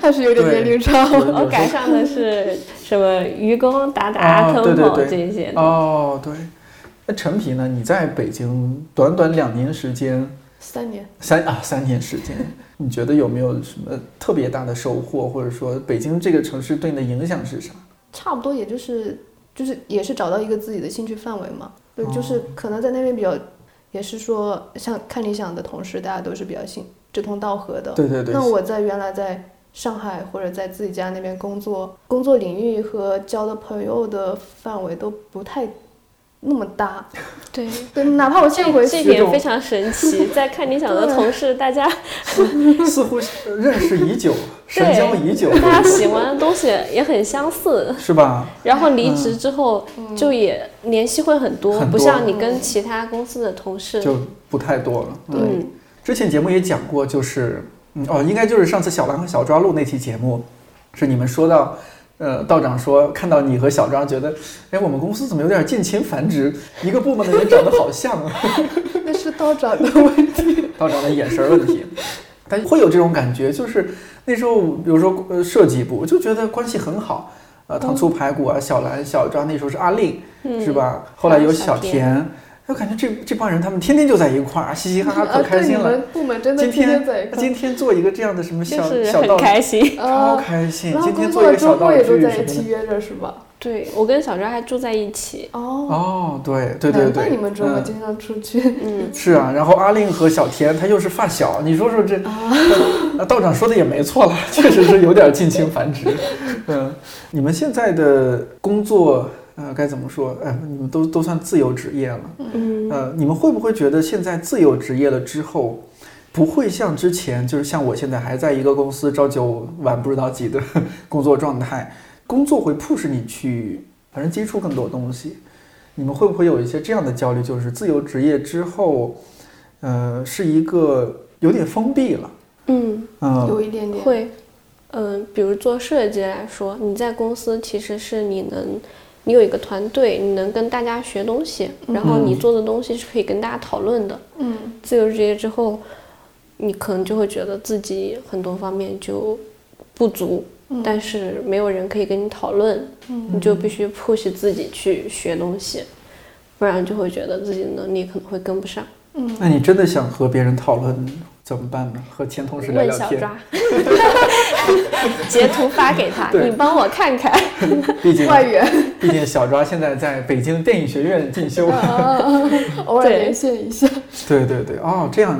Speaker 6: 还是有点
Speaker 2: 对
Speaker 6: 年龄差。
Speaker 2: 有有时候
Speaker 4: 我赶上的是什么愚公打打、
Speaker 2: 啊，对
Speaker 4: 偷
Speaker 2: 对
Speaker 4: 跑
Speaker 2: 对，
Speaker 4: 这些的。
Speaker 2: 哦，对。那陈皮呢？你在北京短短两年时间，
Speaker 6: 三年，
Speaker 2: 三啊三年时间，你觉得有没有什么特别大的收获，或者说北京这个城市对你的影响是啥？
Speaker 6: 差不多也就是就是也是找到一个自己的兴趣范围嘛，对，
Speaker 2: 哦
Speaker 6: 就是可能在那边比较，也是说像看理想的同时，大家都是比较兴志同道合的。
Speaker 2: 对对对
Speaker 6: 那我在原来在上海或者在自己家那边工作，工作领域和交的朋友的范围都不太那么搭。
Speaker 4: 对，
Speaker 6: 对，哪怕我现在回
Speaker 4: 这
Speaker 6: 去，
Speaker 4: 点非常神奇。在看理想的同事，大家
Speaker 2: 似乎是认识已久，神交已久，
Speaker 4: 大家喜欢的东西也很相似，
Speaker 2: 是吧？
Speaker 4: 然后离职之后就也联系会很多，
Speaker 2: 嗯很多
Speaker 4: 不像你跟其他公司的同事。
Speaker 2: 就不太多了。嗯
Speaker 4: 嗯，
Speaker 2: 之前节目也讲过，就是嗯哦，应该就是上次小兰和小抓录那期节目，是你们说到。呃，道长说看到你和小抓，觉得，哎，我们公司怎么有点近亲繁殖？一个部门的人长得好像啊。
Speaker 6: 那是道长的问题。
Speaker 2: 道长的眼神问题。但会有这种感觉，就是那时候，比如说呃设计部，就觉得关系很好，呃，糖醋排骨啊，小兰、小张那时候是阿令，
Speaker 4: 嗯
Speaker 6: 嗯
Speaker 2: 是吧？后来有小田，就感觉这这帮人他们天天就在一块儿，嘻嘻哈哈，可
Speaker 6: 啊，
Speaker 2: 开
Speaker 6: 对，你
Speaker 2: 心了
Speaker 6: 们。部门真的
Speaker 2: 今
Speaker 6: 天
Speaker 2: 天
Speaker 6: 天在一块
Speaker 2: 今
Speaker 6: 儿。
Speaker 2: 天做一个这样的什么
Speaker 4: 就
Speaker 2: 小
Speaker 4: 是
Speaker 2: 小
Speaker 4: 很
Speaker 2: 道具，
Speaker 4: 开心。
Speaker 2: 超
Speaker 6: 啊，
Speaker 2: 开心。
Speaker 6: 然后
Speaker 2: 今天
Speaker 6: 工
Speaker 2: 做
Speaker 6: 作
Speaker 2: 一个
Speaker 6: 了之
Speaker 2: 小道
Speaker 6: 后也都
Speaker 2: 具
Speaker 6: 在
Speaker 2: 什
Speaker 6: 一
Speaker 2: 么
Speaker 6: 起
Speaker 2: 的。
Speaker 6: 约着是吧？
Speaker 4: 对我跟小张还住在一起，
Speaker 6: 哦。
Speaker 2: 哦，对对对对，
Speaker 6: 难怪你们周末
Speaker 2: 嗯
Speaker 6: 经常出去。
Speaker 4: 嗯
Speaker 2: 是啊，然后阿令和小田他又是发小，你说说这，
Speaker 6: 哦
Speaker 2: 那、道长说的也没错了，确实是有点近亲繁殖。嗯，你们现在的工作，呃，该怎么说？哎，你们都都算自由职业了。嗯，呃，你们会不会觉得现在自由职业了之后，不会像之前，就是像我现在还在一个公司朝九晚不知道几的工作状态，工作会迫使你去，反正接触更多东西。你们会不会有一些这样的焦虑，就是自由职业之后，呃，是一个有点封闭了，
Speaker 4: 嗯，
Speaker 2: 嗯，
Speaker 6: 有一点点。
Speaker 4: 会，嗯、比如做设计来说，你在公司其实是你能，你有一个团队，你能跟大家学东西，然后
Speaker 2: 嗯
Speaker 4: 你做的东西是可以跟大家讨论的。
Speaker 6: 嗯，
Speaker 4: 自由职业之后，你可能就会觉得自己很多方面就不足，但是没有人可以跟你讨论，你就必须 push 自己去学东西，不然就会觉得自己的能力可能会跟不上。
Speaker 2: 那你真的想和别人讨论怎么办呢？和前同事聊
Speaker 4: 问
Speaker 2: 聊
Speaker 4: 小
Speaker 2: 天，
Speaker 4: 抓，截图发给他，
Speaker 2: 对
Speaker 4: 你帮我看看。
Speaker 2: 毕竟
Speaker 6: 外援，
Speaker 2: 毕竟小抓现在在北京电影学院进
Speaker 6: 嗯
Speaker 2: 修，
Speaker 6: 偶尔
Speaker 4: 对
Speaker 6: 连线一下。
Speaker 2: 对对对，哦，这样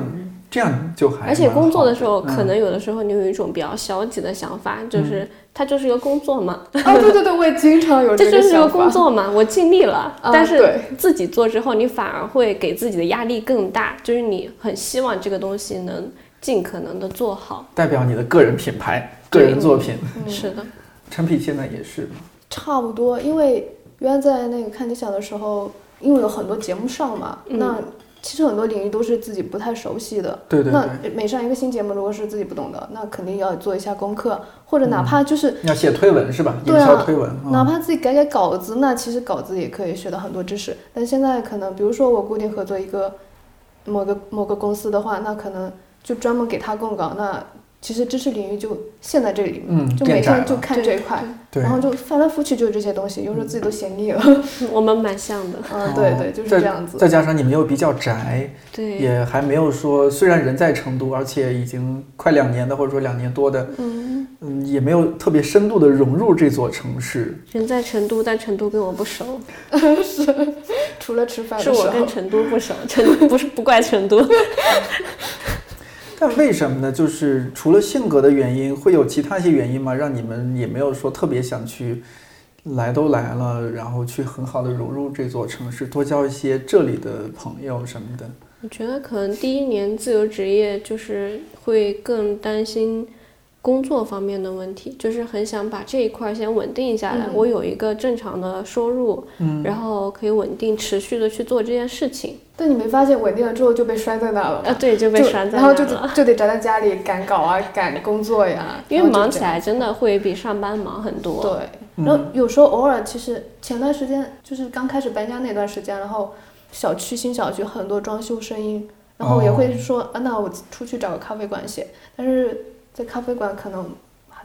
Speaker 2: 这样就还
Speaker 4: 而且
Speaker 2: 蛮好
Speaker 4: 工作的时候，
Speaker 2: 嗯
Speaker 4: 可能有的时候你有一种比较消极的想法，就是它就是一个工作嘛，
Speaker 6: 哦，对对对，我也经常有
Speaker 4: 这
Speaker 6: 个
Speaker 4: 就是个
Speaker 6: 想法
Speaker 4: 工。作嘛，我尽力了。
Speaker 6: 啊
Speaker 4: 但是
Speaker 6: 对
Speaker 4: 自己做之后，你反而会给自己的压力更大，就是你很希望这个东西能尽可能的做好。
Speaker 2: 代表你的个人品牌、个人作品。
Speaker 4: 是的，
Speaker 2: 陈皮现在也是，
Speaker 6: 差不多，因为原来在那个看理想的时候，因为有很多节目上嘛，那其实很多领域都是自己不太熟悉的。
Speaker 2: 对对
Speaker 6: 那每上一个新节目，如果是自己不懂的，那肯定要做一下功课，或者
Speaker 2: 嗯
Speaker 6: 哪怕就是、
Speaker 2: 要写推文是吧？营
Speaker 6: 对
Speaker 2: 销
Speaker 6: 啊
Speaker 2: 推文，嗯
Speaker 6: 哪怕自己改改稿子，那其实稿子也可以学到很多知识。但现在可能，比如说我固定合作一个某个某个公司的话，那可能就专门给他供稿，那其实知识领域就陷在这里面，
Speaker 2: 嗯
Speaker 6: 就
Speaker 2: 变
Speaker 6: 每
Speaker 2: 窄了
Speaker 6: 天就看这一块，
Speaker 2: 对哦
Speaker 6: 然后就翻来覆去就是这些东西，有时候自己都嫌腻了。
Speaker 4: 我们蛮像的，
Speaker 6: 嗯，对对，就是
Speaker 2: 再
Speaker 6: 这样子。
Speaker 2: 再加上你们又比较宅，
Speaker 4: 对，
Speaker 2: 也还没有说，虽然人在成都，而且已经快两年的，或者说两年多的，
Speaker 6: 嗯，
Speaker 2: 嗯，也没有特别深度的融入这座城市。
Speaker 4: 人在成都，但成都跟我不熟，
Speaker 6: 除了吃饭的
Speaker 4: 是
Speaker 6: 时
Speaker 4: 我
Speaker 6: 候，
Speaker 4: 跟成都 不熟，成不是不怪成都，
Speaker 2: 但为什么呢？就是除了性格的原因，会有其他一些原因吗？让你们也没有说特别想去，来都来了，然后去很好的融入这座城市，多交一些这里的朋友什么的。
Speaker 4: 我觉得可能第一年自由职业就是会更担心工作方面的问题，就是很想把这一块儿先稳定下来，
Speaker 6: 嗯
Speaker 4: 我有一个正常的收入，
Speaker 2: 嗯
Speaker 4: 然后可以稳定持续的去做这件事情。
Speaker 6: 但你没发现稳定了之后就被摔在那儿了吗
Speaker 4: 啊，对，就被
Speaker 6: 就
Speaker 4: 拴在
Speaker 6: 然后
Speaker 4: 那
Speaker 6: 就
Speaker 4: 儿了
Speaker 6: 得就得宅在家里赶稿啊，赶工作呀，
Speaker 4: 因
Speaker 6: 然
Speaker 4: 为
Speaker 6: 后就
Speaker 4: 忙
Speaker 6: 这
Speaker 4: 起
Speaker 6: 样
Speaker 4: 来真的会比上班忙很多。
Speaker 6: 对，然后有时候偶尔，其实前段时间就是刚开始搬家那段时间，然后小区新小区很多装修声音，然后也会说、啊，那我出去找个咖啡馆写，但是在咖啡馆可能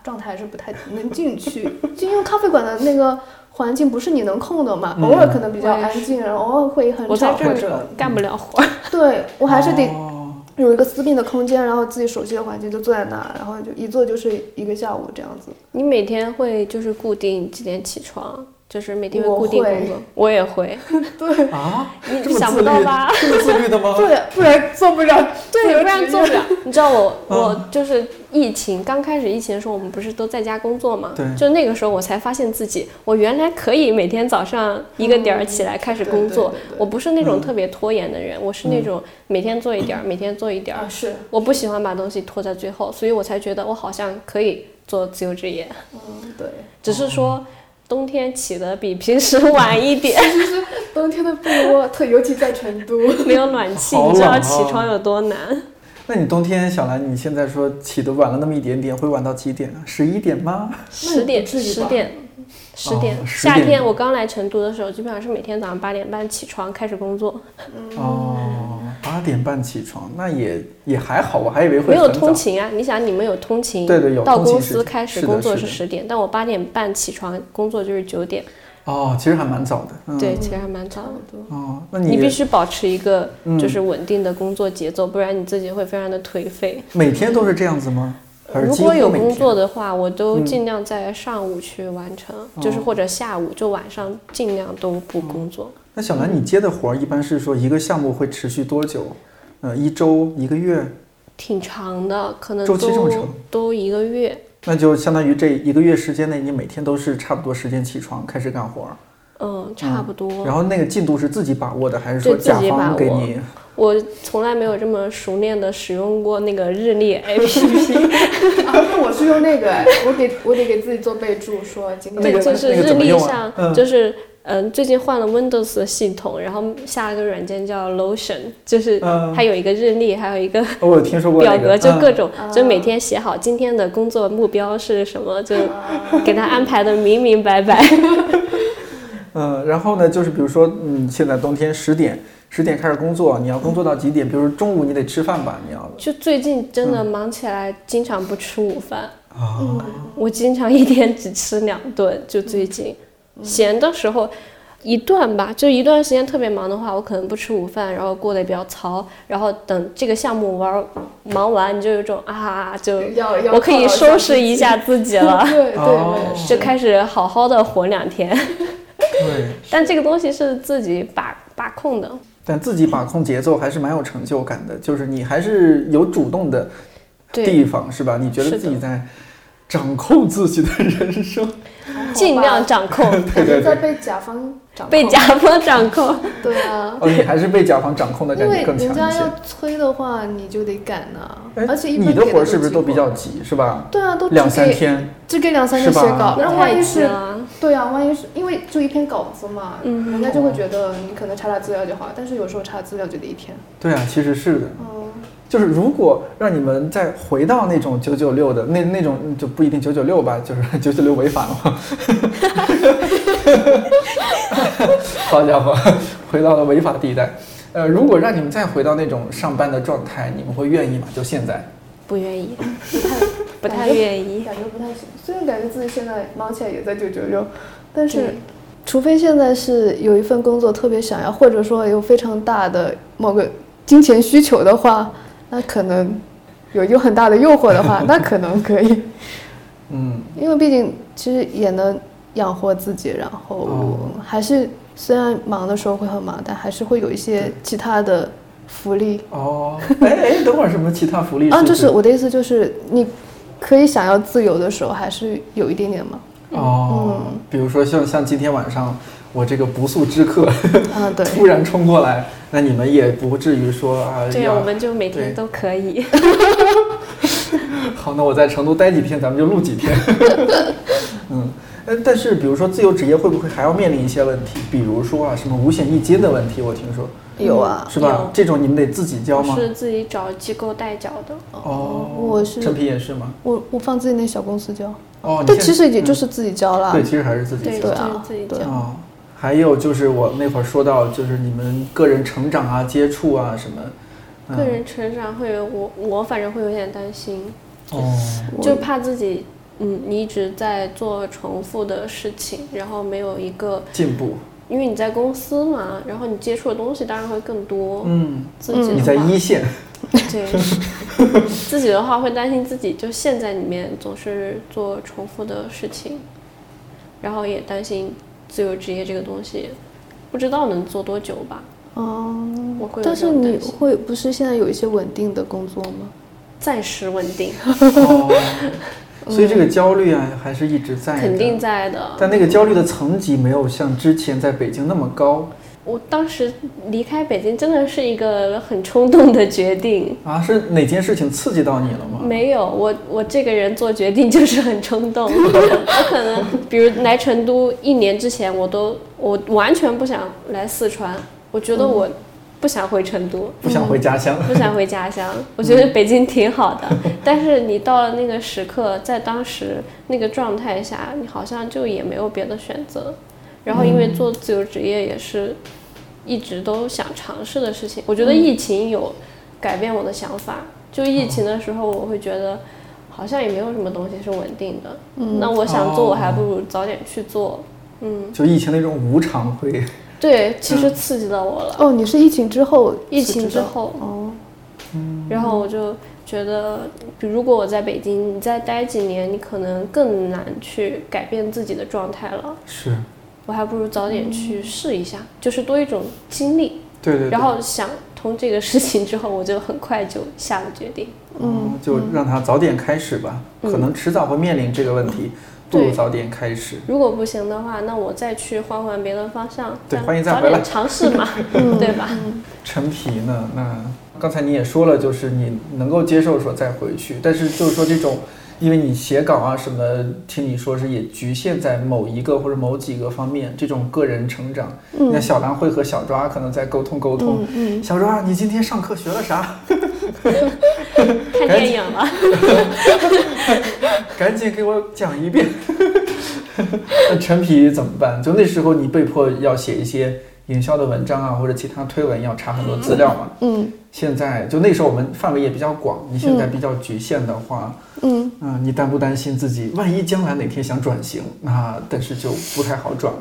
Speaker 6: 状态还是不太能进去，就因为咖啡馆的那个环境不是你能控的嘛，偶尔可能比较
Speaker 4: 我也
Speaker 6: 安静，然后偶尔会嗯很
Speaker 4: 我在
Speaker 6: 吵
Speaker 4: 这
Speaker 6: 或
Speaker 4: 儿
Speaker 6: 者，
Speaker 4: 干不了活儿，
Speaker 6: 对我还是得
Speaker 2: 哦
Speaker 6: 有一个私密的空间，然后自己熟悉的环境就坐在那，然后就一坐就是一个下午这样子。
Speaker 4: 你每天会就是固定几点起床，就是每天会
Speaker 6: 我
Speaker 4: 固定
Speaker 6: 会
Speaker 4: 工作。我也 会，
Speaker 2: 啊，这
Speaker 4: 你
Speaker 2: 么
Speaker 4: 想
Speaker 2: 自
Speaker 4: 不到
Speaker 2: 律，
Speaker 4: 吧？
Speaker 2: 这么自律的吗？
Speaker 6: 对，不然做不了，
Speaker 4: 对，不然做不了。 你知道我，
Speaker 2: 嗯
Speaker 4: 我就是疫情刚开始疫情的时候，我们不是都在家工作嘛？
Speaker 2: 对
Speaker 4: 就那个时候，我才发现自己，我原来可以每天早上一个点儿起来开始工作
Speaker 6: 对对对。对
Speaker 4: 我不是那种
Speaker 2: 嗯
Speaker 4: 特别拖延的人，我是那种每天做一点儿，每天做一点儿
Speaker 6: 啊，。是，
Speaker 4: 我不喜欢把东西拖在最后，所以我才觉得我好像可以做自由职业，
Speaker 6: 嗯，对，
Speaker 4: 只是
Speaker 2: 哦
Speaker 4: 说冬天起的比平时 晚一点，
Speaker 6: 冬天的被窝，特尤其在成都，
Speaker 4: 没有暖气，
Speaker 2: 好
Speaker 4: 你知道
Speaker 2: 冷啊
Speaker 4: 起床有多难。
Speaker 2: 那你冬天小兰，你现在说起的晚了那么一点点，会晚到几点啊？十一点吗？
Speaker 4: 十点，
Speaker 6: 至于
Speaker 4: 十
Speaker 6: 吧
Speaker 4: 点，十点。
Speaker 2: 10
Speaker 4: 夏
Speaker 2: 哦点
Speaker 4: 天
Speaker 2: 钟
Speaker 4: 我刚来成都的时候，基本上是每天早上八点半起床开始工作，嗯
Speaker 2: 哦，八点半起床，那也也还好，我还以为会
Speaker 4: 没有
Speaker 2: 很早
Speaker 4: 通。勤啊。你想，你们有通勤，
Speaker 2: 对对有
Speaker 4: 到
Speaker 2: 通勤
Speaker 4: 公
Speaker 2: 是
Speaker 4: 司开始
Speaker 2: 是的
Speaker 4: 工作
Speaker 2: 是
Speaker 4: 是
Speaker 2: 的
Speaker 4: 十点，但我八点半起床工作就是九点，
Speaker 2: 哦，其实还蛮早的。嗯、
Speaker 4: 对，。其实还蛮早的。
Speaker 2: 哦，那
Speaker 4: 你
Speaker 2: 你
Speaker 4: 必须保持一个
Speaker 2: 嗯
Speaker 4: 就是稳定的工作节奏，不然你自己会非常的颓废。
Speaker 2: 每天都是这样子吗？还是
Speaker 4: 呃如
Speaker 2: 几
Speaker 4: 果
Speaker 2: 乎
Speaker 4: 有
Speaker 2: 每
Speaker 4: 工
Speaker 2: 天
Speaker 4: 作的话，我都
Speaker 2: 嗯
Speaker 4: 尽量在上午去完成，就是
Speaker 2: 哦
Speaker 4: 或者下午，就晚上尽量都不
Speaker 2: 嗯
Speaker 4: 工作。
Speaker 2: 那小兰，你接的活儿一般是说一个项目会持续多久？呃，一周、一个月，
Speaker 4: 挺长的，可能
Speaker 2: 周期这么
Speaker 4: 都
Speaker 2: 长
Speaker 4: 都一个月。
Speaker 2: 那就相当于这一个月时间内，你每天都是差不多时间起床开始干活儿，
Speaker 4: 嗯，差不多。
Speaker 2: 然后那个进度是自己把握的，还是说
Speaker 4: 对自己
Speaker 2: 甲
Speaker 4: 把
Speaker 2: 方给
Speaker 4: 握
Speaker 2: 你？
Speaker 4: 我从来没有这么熟练的使用过那个日历哎 APP，
Speaker 6: 啊，那我是用那个哎，我给我得给自己做备注，说今
Speaker 2: 那
Speaker 4: 对，
Speaker 2: 个
Speaker 6: 天
Speaker 4: 就
Speaker 2: 那
Speaker 4: 是
Speaker 2: 个
Speaker 4: 日
Speaker 2: 怎么
Speaker 4: 历
Speaker 2: 用啊
Speaker 4: 上，
Speaker 2: 嗯
Speaker 4: 就是嗯，最近换了 Windows 的系统，然后下了个软件叫 Lotion，就是
Speaker 2: 嗯
Speaker 4: 它有一个日历，还有一个
Speaker 2: 哦我有听说过、那
Speaker 4: 表
Speaker 2: 个、
Speaker 4: 格，就
Speaker 2: 嗯
Speaker 4: 各种，就每天写好今天的工作目标是什么，就给它安排的明明白白。
Speaker 2: 嗯，然后呢，就是比如说，嗯，现在冬天十点，十点开始工作，你要工作到几点？比如说中午你得吃饭吧，你要
Speaker 4: 就最近
Speaker 2: 嗯
Speaker 4: 真的忙起来，经常不吃午饭。
Speaker 2: 啊、
Speaker 4: 嗯我经常一天只吃两顿，就最近、闲的时候一顿吧，就一段时间特别忙的话，我可能不吃午饭，然后过得也比较糙，然后等这个项目玩忙完，你就有一种啊，就
Speaker 6: 要要
Speaker 4: 我可以
Speaker 6: 犒劳
Speaker 4: 收拾一下自己了
Speaker 6: 自，己。对对，
Speaker 2: 哦
Speaker 6: 我也 是。
Speaker 4: 就开始好好的活两天。
Speaker 2: 对，
Speaker 4: 但这个东西是自己把把控的，
Speaker 2: 但自己把控节奏还是蛮有成就感的，就是你还是有主动的
Speaker 4: 对
Speaker 2: 地方是吧？你觉得
Speaker 4: 是
Speaker 2: 自己
Speaker 4: 的
Speaker 2: 在掌控自己的人生。
Speaker 4: 尽量掌控，
Speaker 2: 对对
Speaker 6: 在
Speaker 2: 对，
Speaker 6: 被甲方掌控
Speaker 4: 被甲方掌 控。
Speaker 6: 对 啊，
Speaker 2: 哦，你还是被甲方掌控的感
Speaker 6: 因为
Speaker 2: 觉更
Speaker 6: 人
Speaker 2: 强
Speaker 6: 家
Speaker 2: 一些
Speaker 6: 要。催的话，你就得赶呐、
Speaker 2: 哎
Speaker 6: 而且一般
Speaker 2: 你的
Speaker 6: 给
Speaker 2: 活儿是不是
Speaker 6: 都
Speaker 2: 都
Speaker 6: 急
Speaker 2: 比
Speaker 6: 迫
Speaker 2: 较急，是吧？
Speaker 6: 对啊，都只
Speaker 2: 两三
Speaker 6: 给
Speaker 2: 天，
Speaker 6: 只给两三天
Speaker 2: 是
Speaker 6: 写
Speaker 2: 吧
Speaker 6: 稿，然后万一是
Speaker 4: 太急了
Speaker 6: 对啊，万一是因为就一篇稿子嘛，
Speaker 4: 嗯
Speaker 6: 人家就会觉得你可能查查资料就好，但是有时候查资料就得一天。
Speaker 2: 对啊，其实是的。
Speaker 6: 嗯，
Speaker 2: 就是如果让你们再回到那种九九六的那那种，就不一定九九六吧，就是 九九六违法了嘛。好家伙，回到了违法地带。呃，如果让你们再回到那种上班的状态，你们会愿意吗？就现在？
Speaker 4: 不愿意，
Speaker 6: 不
Speaker 4: 不太愿意。
Speaker 6: 感觉不太行。虽然感觉自己现在忙起来也在九九六，但是
Speaker 4: 对
Speaker 6: 除非现在是有一份工作特别想要，或者说有非常大的某个金钱需求的话，那可能有有很大的诱惑的话，那可能可以，
Speaker 2: 嗯，
Speaker 6: 因为毕竟其实也能养活自己，然
Speaker 2: 哦
Speaker 6: 后还是虽然忙的时候会很忙，但还是会有一些其他的福利。
Speaker 2: 哦，哎哎，等会儿什么其他福利？
Speaker 6: 啊，就是是我的意思就是，你可以想要自由的时候，还是有一点点嘛。
Speaker 2: 哦，
Speaker 6: 嗯
Speaker 2: 比如说像像今天晚上我这个不速之客，
Speaker 6: 啊，对，
Speaker 2: 突然冲过来，那你们也不至于说啊，
Speaker 4: 这
Speaker 2: 要
Speaker 4: 样我们就每
Speaker 2: 对
Speaker 4: 天都可以。
Speaker 2: 好，那我在成都待几天，咱们就录几天。 嗯，呃，但是比如说自由职业会不会还要面临一些问题？比如说啊，什么五险一金的问题，我听说嗯
Speaker 6: 有啊，
Speaker 2: 是吧
Speaker 4: 有？
Speaker 2: 这种你们得自己交
Speaker 4: 我
Speaker 2: 吗？
Speaker 4: 是自己找机构代缴的，
Speaker 2: 哦，
Speaker 6: 我是
Speaker 2: 陈皮也是吗？
Speaker 6: 我我放自己那小公司交，
Speaker 2: 哦，你
Speaker 6: 但
Speaker 2: 现
Speaker 6: 其实也就
Speaker 2: 嗯
Speaker 6: 是自己交啦
Speaker 2: 对，。其实还是自己交
Speaker 4: 对，就
Speaker 6: 对
Speaker 4: 是
Speaker 6: 啊
Speaker 4: 自己
Speaker 6: 对
Speaker 4: 缴。
Speaker 2: 哦。还有就是我那会儿说到，就是你们个人成长啊、接触啊什么，嗯、
Speaker 4: 个人成长会有我，我反正会有点担心，
Speaker 2: 哦，
Speaker 4: 就怕自己，嗯，你一直在做重复的事情，然后没有一个，
Speaker 2: 进步，
Speaker 4: 因为你在公司嘛，然后你接触的东西当然会更多。
Speaker 2: 嗯，
Speaker 4: 自己
Speaker 2: 你
Speaker 4: 的
Speaker 2: 在
Speaker 4: 话，
Speaker 2: 一 线，
Speaker 4: 对， 自己的话会担心自己就陷在里面，总是做重复的事情，然后也担心自由职业这个东西，不知道能做多久吧。
Speaker 6: 哦，
Speaker 4: 嗯我会有
Speaker 6: 但是
Speaker 4: 这种
Speaker 6: 你
Speaker 4: 担心
Speaker 6: 会不是现在有一些稳定的工作吗？
Speaker 4: 暂时稳 定，
Speaker 2: 哎哦，所以这个焦虑啊还是一直在的，
Speaker 4: 肯定在的。
Speaker 2: 但那个焦虑的层级没有像之前在北京那么高
Speaker 4: 我当时离开北京真的是一个很冲动的决定。
Speaker 2: 啊？是哪件事情刺激到你了吗？
Speaker 4: 没有，我我这个人做决定就是很 冲动。我可能，比如来成都一年之前，我都我完全不想来四川，我觉得
Speaker 2: 嗯
Speaker 4: 我不想回成都，
Speaker 2: 不想回家乡，
Speaker 4: 不想回家乡，我觉得北京挺好的。但是你到了那个时刻，在当时那个状态下，你好像就也没有别的选择。然后因为做自由职业也是一直都想尝试的事情，我觉得疫情有改变我的想法。就疫情的时候，我会觉得好像也没有什么东西是稳定的。那我想做，
Speaker 2: 哦
Speaker 4: 我还不如早点去做。嗯，
Speaker 2: 就疫情那种无常会
Speaker 4: 对，其实刺激到我了。
Speaker 6: 哦，你是疫情之后
Speaker 4: 疫
Speaker 6: 辞
Speaker 4: 情
Speaker 6: 职
Speaker 4: 之
Speaker 6: 的
Speaker 4: 后，
Speaker 6: 哦，
Speaker 2: 嗯
Speaker 4: 然后我就觉得，比如果我在北京，你再待几年，你可能更难去改变自己的状态了。
Speaker 2: 是，
Speaker 4: 我还不如早点去试一下，就是多一种经历。
Speaker 2: 嗯对对对，
Speaker 4: 然后想通这个事情之后，我就很快就下了决定。
Speaker 2: 嗯，就让他早点开始吧，可能迟早会面临这个问题，不如
Speaker 4: 嗯对
Speaker 2: 早点开始。
Speaker 4: 如果不行的话，那我再去换换别的方向，
Speaker 2: 对
Speaker 4: 但
Speaker 2: 欢迎再
Speaker 4: 早
Speaker 2: 回来嗯
Speaker 4: 点尝 试嘛，对吧？
Speaker 2: 陈皮呢？那刚才你也说了，就是你能够接受说再回去，但是就是说这种，因为你写稿啊什么，听你说是也局限在某一个或者某几个方面，这种个人成长。那小兰会和小抓可能在沟通沟通。小抓，你今天上课学了啥？
Speaker 4: 看电影了，
Speaker 2: 赶紧给我讲一遍。 那陈皮怎么办？就那时候你被迫要写一些营销的文章啊，或者其他推文要查很多资料嘛。
Speaker 6: 嗯
Speaker 2: 现在就那时候我们范围也比较广，你现在比较局限的话，
Speaker 6: 嗯，
Speaker 2: 嗯、你担不担心自己万一将来哪天想转型，那但是就不太好转了。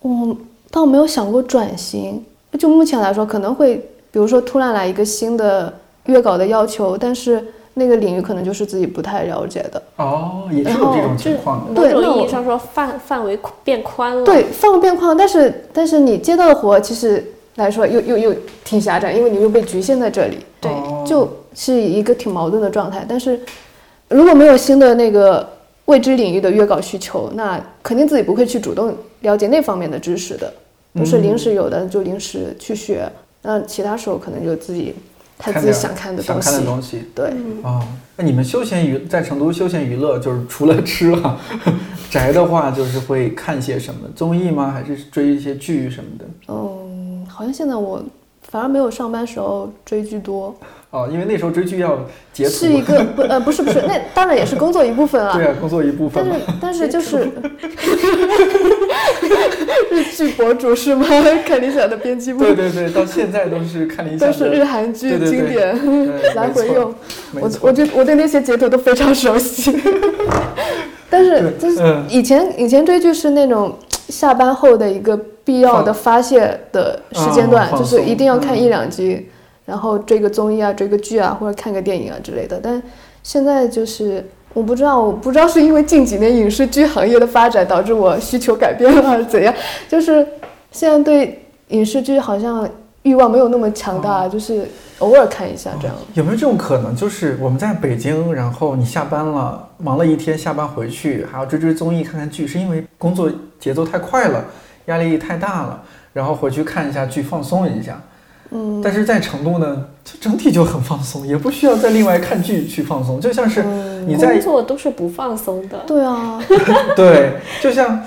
Speaker 6: 我倒没有想过转型，就目前来说，可能会比如说突然来一个新的月稿的要求，但是那个领域可能就是自己不太了解的。
Speaker 2: 哦，也是
Speaker 6: 然
Speaker 2: 有
Speaker 6: 后
Speaker 2: 这种情况的。
Speaker 4: 某
Speaker 6: 对
Speaker 4: 种
Speaker 6: 那
Speaker 4: 意
Speaker 6: 我
Speaker 4: 义上说范范围变宽了。
Speaker 6: 对，范围变宽，但是但是你接到的活其实来说又又又挺狭窄，因为你又被局限在这里，
Speaker 4: 对
Speaker 2: 哦
Speaker 6: 就是一个挺矛盾的状态。但是如果没有新的那个未知领域的约稿需求，那肯定自己不会去主动了解那方面的知识的，都
Speaker 2: 嗯
Speaker 6: 是临时有的就临时去学，那其他时候可能就自己看自己想看的
Speaker 2: 想
Speaker 6: 东
Speaker 2: 看的
Speaker 6: 西。
Speaker 2: 东西。
Speaker 6: 对，
Speaker 2: 哦，那你们休闲娱在成都休闲娱乐，就是除了吃啊， 宅的话就是会看些什么综艺吗？还是追一些剧什么的？
Speaker 6: 嗯，好像现在我反而没有上班时候追剧多，
Speaker 2: 哦，因为那时候追剧要截图，
Speaker 6: 是一个不呃不是不是，那当然也是工作一部分 啊。
Speaker 2: 对啊，工作一部分
Speaker 6: 但
Speaker 2: 嘛
Speaker 6: 是。但是就是 日剧博主是吗？ 看理想的编辑部
Speaker 2: 对对对，到现在都是看理想
Speaker 6: 都
Speaker 2: 的，
Speaker 6: 是日韩剧
Speaker 2: 对对对
Speaker 6: 经典
Speaker 2: 对
Speaker 6: 来回用。
Speaker 2: 没
Speaker 6: 我
Speaker 2: 错
Speaker 6: 我对我对那些截图都非常熟悉， 但是
Speaker 2: 对
Speaker 6: 就是
Speaker 2: 嗯
Speaker 6: 以前以前追剧是那种下班后的一个必要的发泄的时间段
Speaker 2: 嗯，放
Speaker 6: 就是一定要
Speaker 2: 松
Speaker 6: 看
Speaker 2: 嗯
Speaker 6: 一两集，然后追个综艺啊，追个剧啊，或者看个电影啊之类的。但现在就是我不知道，我不知道是因为近几年影视剧行业的发展导致我需求改变了，还是怎样？就是现在对影视剧好像欲望没有那么强
Speaker 2: 嗯
Speaker 6: 大，就是偶尔看一下这样。
Speaker 2: 有没有这种可能？就是我们在北京，然后你下班了，忙了一天，下班回去还要追追综艺、看看剧，是因为工作节奏太快了，压力太大了，然后回去看一下剧，放松一下。嗯，但是在成都呢，就整体就很放松，也不需要再另外看剧去放松，就像是你在
Speaker 4: 嗯工作都是不放松
Speaker 2: 嗯
Speaker 4: 的。
Speaker 6: 对啊，
Speaker 2: 对，就像，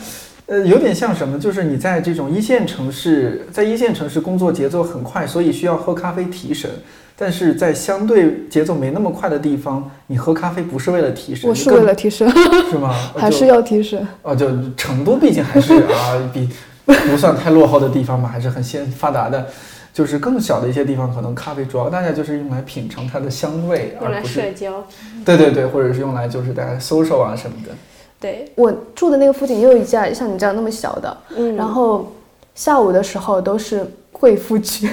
Speaker 2: 呃，有点像什么，就是你在这种一线城市，在一线城市工作节奏很快，所以需要喝咖啡提神。但是在相对节奏没那么快的地方，你喝咖啡不是为了提神，
Speaker 6: 我
Speaker 2: 你
Speaker 6: 是
Speaker 2: 更
Speaker 6: 为了 提升，
Speaker 2: 是吗？
Speaker 6: 还是
Speaker 2: 要
Speaker 6: 要提升。
Speaker 2: 哦，就成都毕竟还是啊，比不算太落后的地方嘛，还是很先发达的。就是更小的一些地方，可能咖啡主要大家就是用来品尝它的香味，
Speaker 4: 用
Speaker 2: 而
Speaker 4: 来
Speaker 2: 不
Speaker 4: 社
Speaker 2: 是
Speaker 4: 交，
Speaker 2: 对对对，或者是用来就是大家 social 啊什么的。
Speaker 4: 对，
Speaker 6: 我住的那个附近也有一家像你这样那么小的，
Speaker 4: 嗯
Speaker 6: 然后下午的时候都是贵妇 区，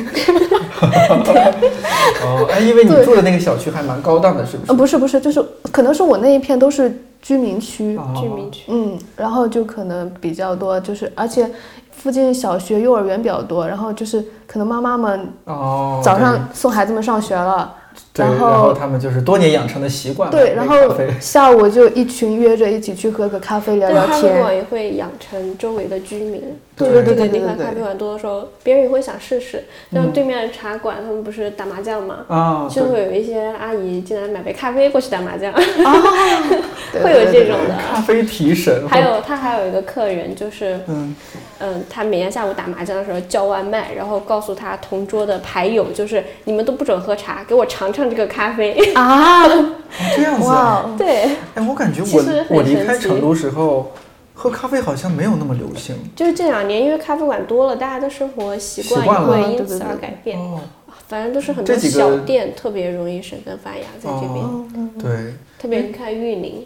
Speaker 2: 哦，哎，因为你
Speaker 6: 对
Speaker 2: 住的那个小区还蛮高档的，是不是？
Speaker 6: 呃，不是不是，就是可能是我那一片都是居民区，
Speaker 2: 哦
Speaker 4: 居民区，
Speaker 6: 嗯，然后就可能比较多，就是而且附近小学、幼儿园比较多，然后就是可能妈妈们
Speaker 2: 哦，
Speaker 6: 早上送孩子们上学了，
Speaker 2: 对对
Speaker 6: 然
Speaker 2: 然
Speaker 6: 后
Speaker 2: 他们就是多年养成的习惯嘛，
Speaker 6: 对，
Speaker 2: 买
Speaker 6: 然后
Speaker 2: 咖啡
Speaker 6: 下午就一群约着一起去喝个咖啡聊
Speaker 4: 对，
Speaker 6: 聊
Speaker 4: 咖啡馆
Speaker 6: 天，
Speaker 4: 也会养成周围的居民。
Speaker 2: 对
Speaker 4: 就是
Speaker 2: 对
Speaker 4: 这个
Speaker 6: 对
Speaker 4: 地
Speaker 6: 对
Speaker 4: 方
Speaker 6: 对嗯
Speaker 4: 咖啡馆多的时候，别人也会想试试。像对面茶馆，他们不是打麻将嘛，
Speaker 6: 哦
Speaker 2: 啊，
Speaker 4: 就
Speaker 2: 对
Speaker 4: 会有一些阿姨进来买杯咖啡过去打麻将，
Speaker 6: 哦 对
Speaker 4: 会有
Speaker 6: 对
Speaker 4: 这种的。
Speaker 2: 咖啡提神，
Speaker 4: 还有他还有一个客人，就是
Speaker 2: 嗯，
Speaker 4: 嗯，他每天下午打麻将的时候叫外卖，然后告诉他同桌的牌友，就是你们都不准喝茶，给我尝尝这个咖啡。
Speaker 6: 啊，
Speaker 2: 哦这样子
Speaker 6: 哇
Speaker 2: 啊，，
Speaker 4: 对，
Speaker 2: 哎，我感觉
Speaker 4: 其实
Speaker 2: 我
Speaker 4: 很
Speaker 2: 我离
Speaker 4: 神
Speaker 2: 开
Speaker 4: 奇
Speaker 2: 成都时候，喝咖啡好像没有那么流行
Speaker 4: 就是这两年因为咖啡馆多了，大家的生活习惯
Speaker 2: 习惯了
Speaker 4: 也会因
Speaker 6: 对对
Speaker 4: 此
Speaker 6: 对
Speaker 4: 而改变。啊
Speaker 2: 哦，
Speaker 4: 反正都是很多
Speaker 2: 这几个
Speaker 4: 小店特别容易生根发芽，在这边，
Speaker 2: 哦，嗯对，
Speaker 4: 特别你看玉林、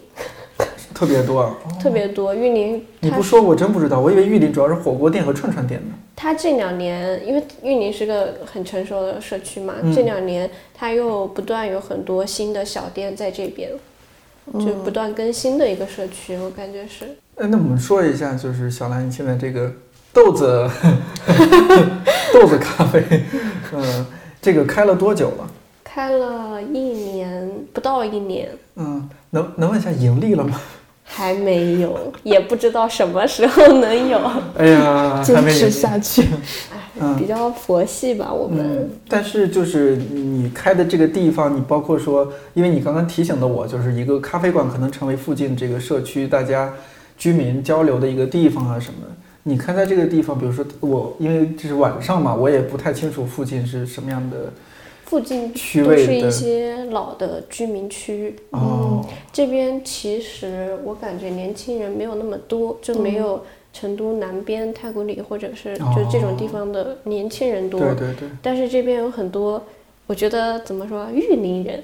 Speaker 2: 特别多啊。哦
Speaker 4: 特别多，玉林
Speaker 2: 你
Speaker 4: 它
Speaker 2: 不说我真不知道，我以为玉林主要是火锅店和串串店呢。
Speaker 4: 它这两年，因为玉林是个很成熟的社区嘛，
Speaker 2: 嗯
Speaker 4: 这两年它又不断有很多新的小店在这边，就
Speaker 2: 嗯
Speaker 4: 不断更新的一个社区，我感觉是。
Speaker 2: 哎，那我们说一下，就是小兰，你现在这个豆子 豆子咖啡，嗯、这个开了多久了？
Speaker 4: 开了一年不到一年，
Speaker 2: 嗯，能能问一下盈利了吗？
Speaker 4: 还没有，也不知道什么时候能有，
Speaker 2: 哎 呀，还
Speaker 6: 坚
Speaker 2: 没盈
Speaker 6: 持
Speaker 2: 利
Speaker 6: 下去，
Speaker 2: 嗯
Speaker 4: 比较佛系吧，我们。
Speaker 2: 嗯，但是就是你开的这个地方，你包括说，因为你刚刚提醒的我，就是一个咖啡馆可能成为附近这个社区大家居民交流的一个地方啊什么的。你开在这个地方，比如说我，因为这是晚上嘛，我也不太清楚附近是什么样的
Speaker 4: 附近
Speaker 2: 区
Speaker 4: 都
Speaker 2: 位
Speaker 4: 是
Speaker 2: 的
Speaker 4: 一些老的居民区。
Speaker 2: 哦
Speaker 4: 嗯，这边其实我感觉年轻人没有那么多，
Speaker 2: 嗯
Speaker 4: 就没有成都南边太古里或者是就这种地方的年轻人多。
Speaker 2: 哦对对对，
Speaker 4: 但是这边有很多。我觉得怎么说，玉林人，